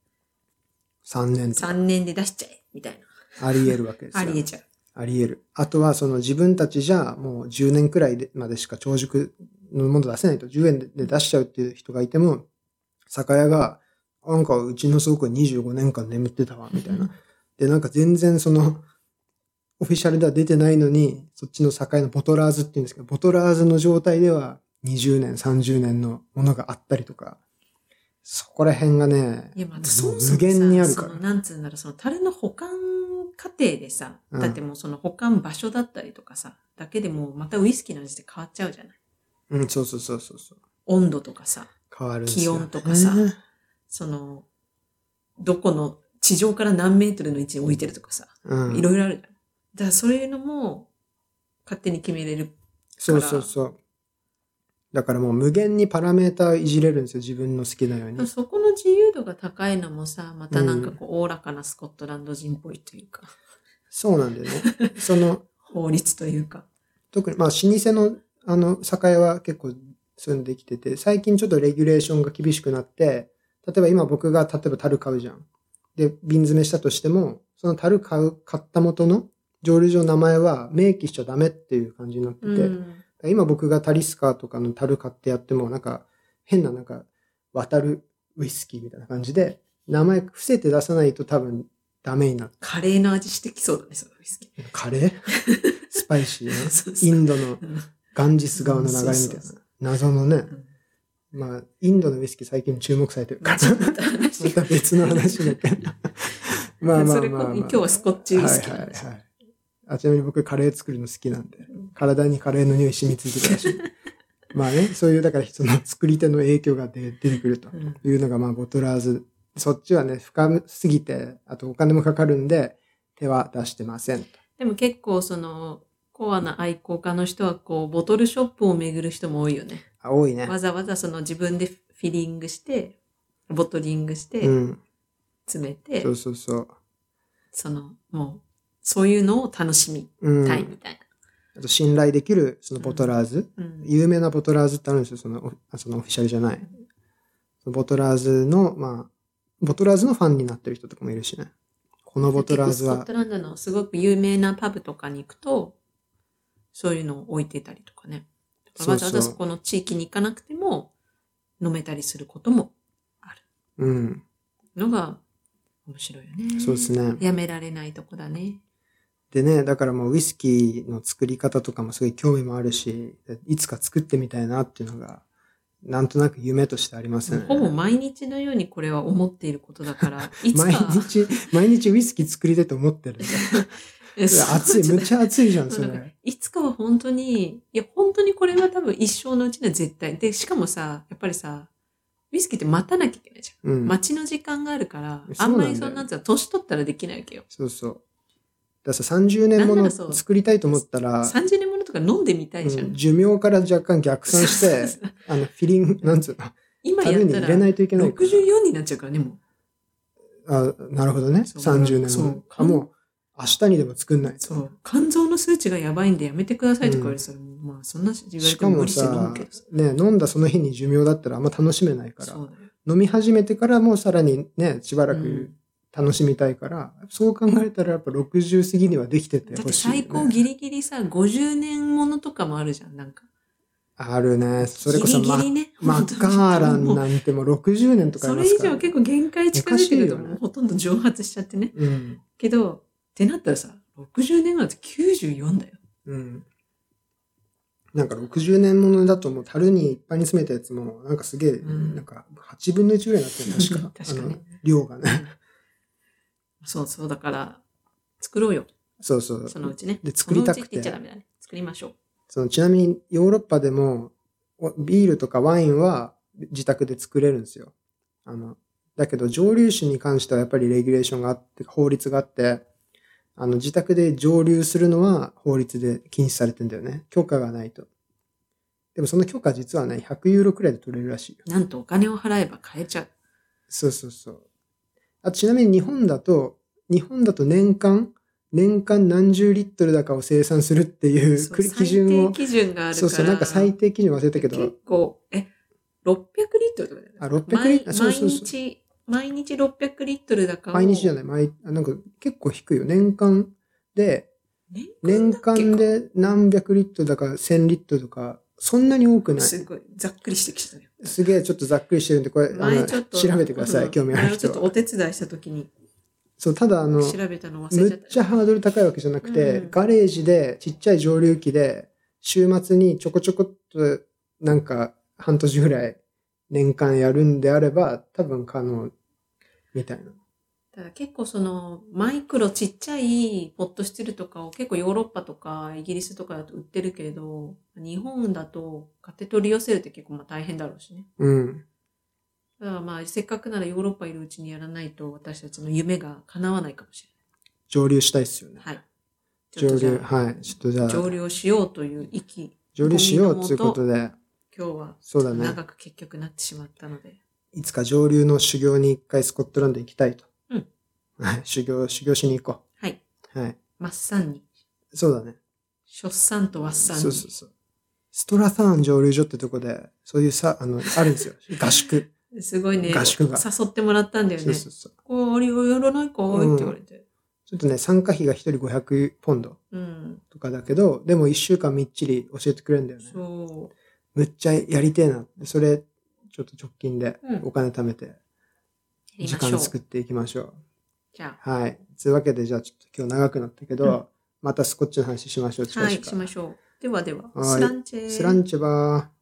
S2: 3年とか
S1: 3年で出しちゃえみたい
S2: あり得るわけです
S1: な。
S2: よ。
S1: ありえちゃう。
S2: あり得る。あとは、その自分たちじゃもう10年くらいでまでしか長熟のもの出せないと、10円で出しちゃうっていう人がいても、酒屋が、なんかうちの倉庫に25年間眠ってたわ、みたいな。で、なんか全然その、オフィシャルでは出てないのに、そっちの酒屋のボトラーズって言うんですけど、ボトラーズの状態では20年、30年のものがあったりとか、そこら辺がね、
S1: いや、まあ、
S2: もう
S1: そもそ
S2: 無
S1: も
S2: 限にある
S1: さ、
S2: か
S1: そ
S2: ら
S1: の、。なんつうんだろう、その、樽の保管過程でさ、
S2: うん
S1: だってもうその保管場所だったりとかさ、だけでもうまたウイスキーの味って変わっちゃうじゃない
S2: うん、そうそうそうそうそう。
S1: 温度とかさ、
S2: 変わるんですよ、
S1: 気温とかさ
S2: ね
S1: その、どこの地上から何メートルの位置に置いてるとかさ、
S2: うん
S1: いろいろあるじゃん。だからそういうのも勝手に決めれる。
S2: そうそうそう。だからもう無限にパラメーターいじれるんですよ、自分の好きなように。
S1: そこの自由度が高いのもさ、またなんかこう、おおらかなスコットランド人っぽいというか、
S2: そうなんだよね。その、
S1: 法律というか。
S2: 特に、まあ、老舗の、あの、酒屋は結構、そういうのできてて、最近ちょっとレギュレーションが厳しくなって、例えば今僕が、例えば樽買うじゃん。で、瓶詰めしたとしても、その樽買う、買った元の蒸留所の名前は明記しちゃダメっていう感じになってて、
S1: うん。
S2: 今僕がタリスカとかの樽買ってやっても、なんか変ななんか渡るウイスキーみたいな感じで、名前伏せて出さないと多分ダメになる。
S1: カレーの味してきそうだね、そのウイスキー。
S2: カレー スパイシーな。
S1: そうそう
S2: インド
S1: う
S2: の
S1: ん
S2: ガンジス川の流れみた
S1: う
S2: い
S1: んそうそう
S2: な。謎のね
S1: う。ん
S2: まあ、インドのウイスキー最近注目されて るから。
S1: ま
S2: ま
S1: た話
S2: た
S1: が
S2: 別の話だけ ど。まあまあまあまあ
S1: それこ今日はスコッチウイスキー
S2: はい
S1: の
S2: はい
S1: 話
S2: はい。あちなみに僕カレー作るの好きなんで、体にカレーの匂い染みついてるらし い。まあね、そういう、だからその作り手の影響が出出てくると
S1: うん
S2: いうのが、まあボトラーズ。そっちはね、深すぎて、あとお金もかかるんで、手は出してません。
S1: でも結構その、コアな愛好家の人はこう、ボトルショップを巡る人も多いよね。
S2: あ、多いね。
S1: わざわざその自分でフィリングして、ボトリングして
S2: う、ん。
S1: 詰めて、
S2: そうそうそう。
S1: その、もう、そういうのを楽しみ
S2: うん。
S1: たいみたい
S2: あと信頼できる、そのボトラーズ。
S1: な。うん
S2: 有名なボトラーズってあるんですよ。その、おそのオフィシャルじゃない。そのボトラーズの、まあ、ボトラーズのファンになってる人とかもいるしね。このボトラー
S1: ス
S2: ズ
S1: コッ
S2: は
S1: ト、ランドのすごく有名なパブとかに行くと、そういうのを置いてたりとかね。
S2: そうそう
S1: わざわざそこの地域に行かなくても、飲めたりすることも
S2: うん。
S1: のが面白いよね。
S2: そうですね。
S1: やめられないとこだね。
S2: でね、だからもうウイスキーの作り方とかもすごい興味もあるし、いつか作ってみたいなっていうのが、なんとなく夢としてありますね。
S1: ほぼ毎日のようにこれは思っていることだ から、いつか。
S2: 毎日、毎日ウイスキー作りたいと思っ てるんだ。
S1: え
S2: それ
S1: そう
S2: 熱い、むっちゃ熱いじゃん、そ
S1: そうだから
S2: れ。
S1: いつかは本当に、いや、本当にこれは多分一生のうちには絶対。で、しかもさ、やっぱりさ、ウイスキーって待たなきゃいけないじ
S2: う
S1: ゃん。
S2: ん。
S1: 待ちの時間があるから、
S2: そう
S1: あ
S2: なん
S1: ん
S2: だよ
S1: まりそんなんつうの年取ったらできないわけよ。
S2: そうそう。だからさ、30
S1: な
S2: 年も
S1: んな
S2: の
S1: らそう
S2: 作りたいと思ったら、
S1: 30年ものとか飲んでみたいじゃ
S2: うん
S1: ん。
S2: 寿命から若干逆算し
S1: そ
S2: て
S1: う、そうそう
S2: あの、フィリング、なんつうの、
S1: 今や
S2: 樽
S1: っ
S2: に
S1: た
S2: 入
S1: ら
S2: れないといけないから。
S1: 64になっちゃうからね、も
S2: あなるほどね。
S1: そう
S2: 30年
S1: そ
S2: 後
S1: う。。。
S2: あ、もう、明日にでも作んないう
S1: そう。肝臓の数値がやばいんでやめてくださいとか言われたら、まあそんな言われ
S2: してか
S1: も無
S2: も
S1: 理して飲む
S2: さ
S1: けどさ。、
S2: ね、飲んだその日に寿命だったらあんま楽しめないか
S1: そう
S2: ら、
S1: だよ。
S2: 飲み始めてからもうさらにね、しばら
S1: うん
S2: く楽しみたいから、そう考えたらやっぱ60過ぎにはできてて
S1: だっ
S2: ほ
S1: て
S2: しいよね、
S1: 最高ギリギリさ、50年ものとかもあるじゃん、なんか。
S2: あるね。それこそ
S1: ギリ
S2: マ
S1: ギリね。
S2: マッカーラン
S1: もう
S2: なんてもう60年とかあ
S1: そ
S2: りま
S1: れ
S2: す
S1: 以
S2: から
S1: 上。結構限界近づいてると、
S2: おかしいよ
S1: も
S2: ね
S1: うほとんど蒸発しちゃってね。
S2: うん。
S1: けど、ってなったらさ、60年後だって94だよ。
S2: うん。なんか60年ものだともう樽にいっぱいに詰めたやつも、なんかすげえ、
S1: ん
S2: なんか8分の1ぐらいになってる確か。
S1: 確かに
S2: あの量がね。
S1: そうそう、だから、作ろうよ、
S2: そうそう。
S1: そのうちね。
S2: で作りたく
S1: そのうちっ
S2: て
S1: て言っちゃダメだね。作りましょう。
S2: そのちなみにヨーロッパでもおビールとかワインは自宅で作れるんですよ。あの、だけど蒸留酒に関してはやっぱりレギュレーションがあって、法律があって、あの自宅で蒸留するのは法律で禁止されてんだよね。許可がないと。でもその許可実はね、100ユーロくらいで取れるらしいよ。
S1: なんとお金を払えば買えちゃう。
S2: そうそうそう。あちなみに日本だと、日本だと年間、年間何十リットルだかを生産するっていう
S1: そう
S2: く基準を
S1: 最低、基準があるから。
S2: そうそう、なんか最低基準忘れたけど
S1: 結、構、え、600リットルとかだよね。
S2: あ、600リ
S1: 毎
S2: ットル、そうそう
S1: 毎
S2: そう。
S1: 日、毎日600リットルだから。
S2: 毎日じゃ
S1: ない。
S2: ない、毎、あなんか結構低いよ。年間で、
S1: 年間
S2: 年
S1: だっけ
S2: 間で何百リットルだか1000リットルとか、そんなに多くない。
S1: すごい、ざっくりしてきたね。
S2: すげえちょっとざっくりしてるんで、これ、あ
S1: 前
S2: の、
S1: ちょっと。
S2: 調べてください、
S1: うん
S2: 興味ある人
S1: 前ちょっと
S2: は
S1: お。手伝いした時に
S2: そう、ただあの、
S1: 調べたの忘れ
S2: む
S1: ちゃっ
S2: っちゃ
S1: た。
S2: ハードル高いわけじゃなくて、
S1: うん
S2: ガレージでちっちゃい蒸留機で、週末にちょこちょこっと、なんか、半年ぐらい、年間やるんであれば、多分可能、みたいな。
S1: ただ結構その、マイクロちっちゃいポットスチルとかを結構ヨーロッパとかイギリスとかだと売ってるけれど、日本だと買って取り寄せるって結構まあ大変だろうしね。
S2: うん。
S1: だからまあ、せっかくならヨーロッパいるうちにやらないと、私たちの夢が叶わないかもし
S2: 蒸留したいっすよ
S1: れ
S2: ね。
S1: ない。はい。ちょっ
S2: 蒸
S1: とじゃ
S2: 留、はい。ちょっとじゃあ
S1: あ、、上流しようという意気、
S2: 蒸留しようっていうことで、
S1: 今日は
S2: そうだね。
S1: 長く結局なってしまったので。
S2: いつか蒸留の修行に一回スコットランド行きたいと。
S1: うん
S2: はい。修行、修行しに行こ
S1: はい。
S2: う。はい。
S1: マッサンに、
S2: そうだね。
S1: ショッサンとワッサンに。
S2: そうそうそう。ストラサーン蒸留所ってとこで、そういうさ、あの、あるん ですよ。合宿。
S1: すごいね、
S2: 合宿が
S1: 誘ってもらったんだよ
S2: そう
S1: ね。
S2: そうそう。
S1: こう、俺をやらないかいって言われて。
S2: ちょっとね、参加費が一人500ポンド
S1: うん。
S2: とかだけど、でも一週間みっちり教えてくれるんだよね。
S1: そ
S2: むっちゃやりてえなって。それ、ちょっと直近で
S1: うん
S2: お金貯めて、
S1: う。やり
S2: 時
S1: まし
S2: 間
S1: ょう。
S2: 作っていきましょう。
S1: じゃ
S2: はい。というわけで、じゃあちょっと今日長くなったけど、
S1: うん
S2: またスコッチの話しましょう。
S1: あ、
S2: 近
S1: はい、
S2: 々
S1: しましょう。ではでは、
S2: はい
S1: スランチェー。
S2: スランチェバー。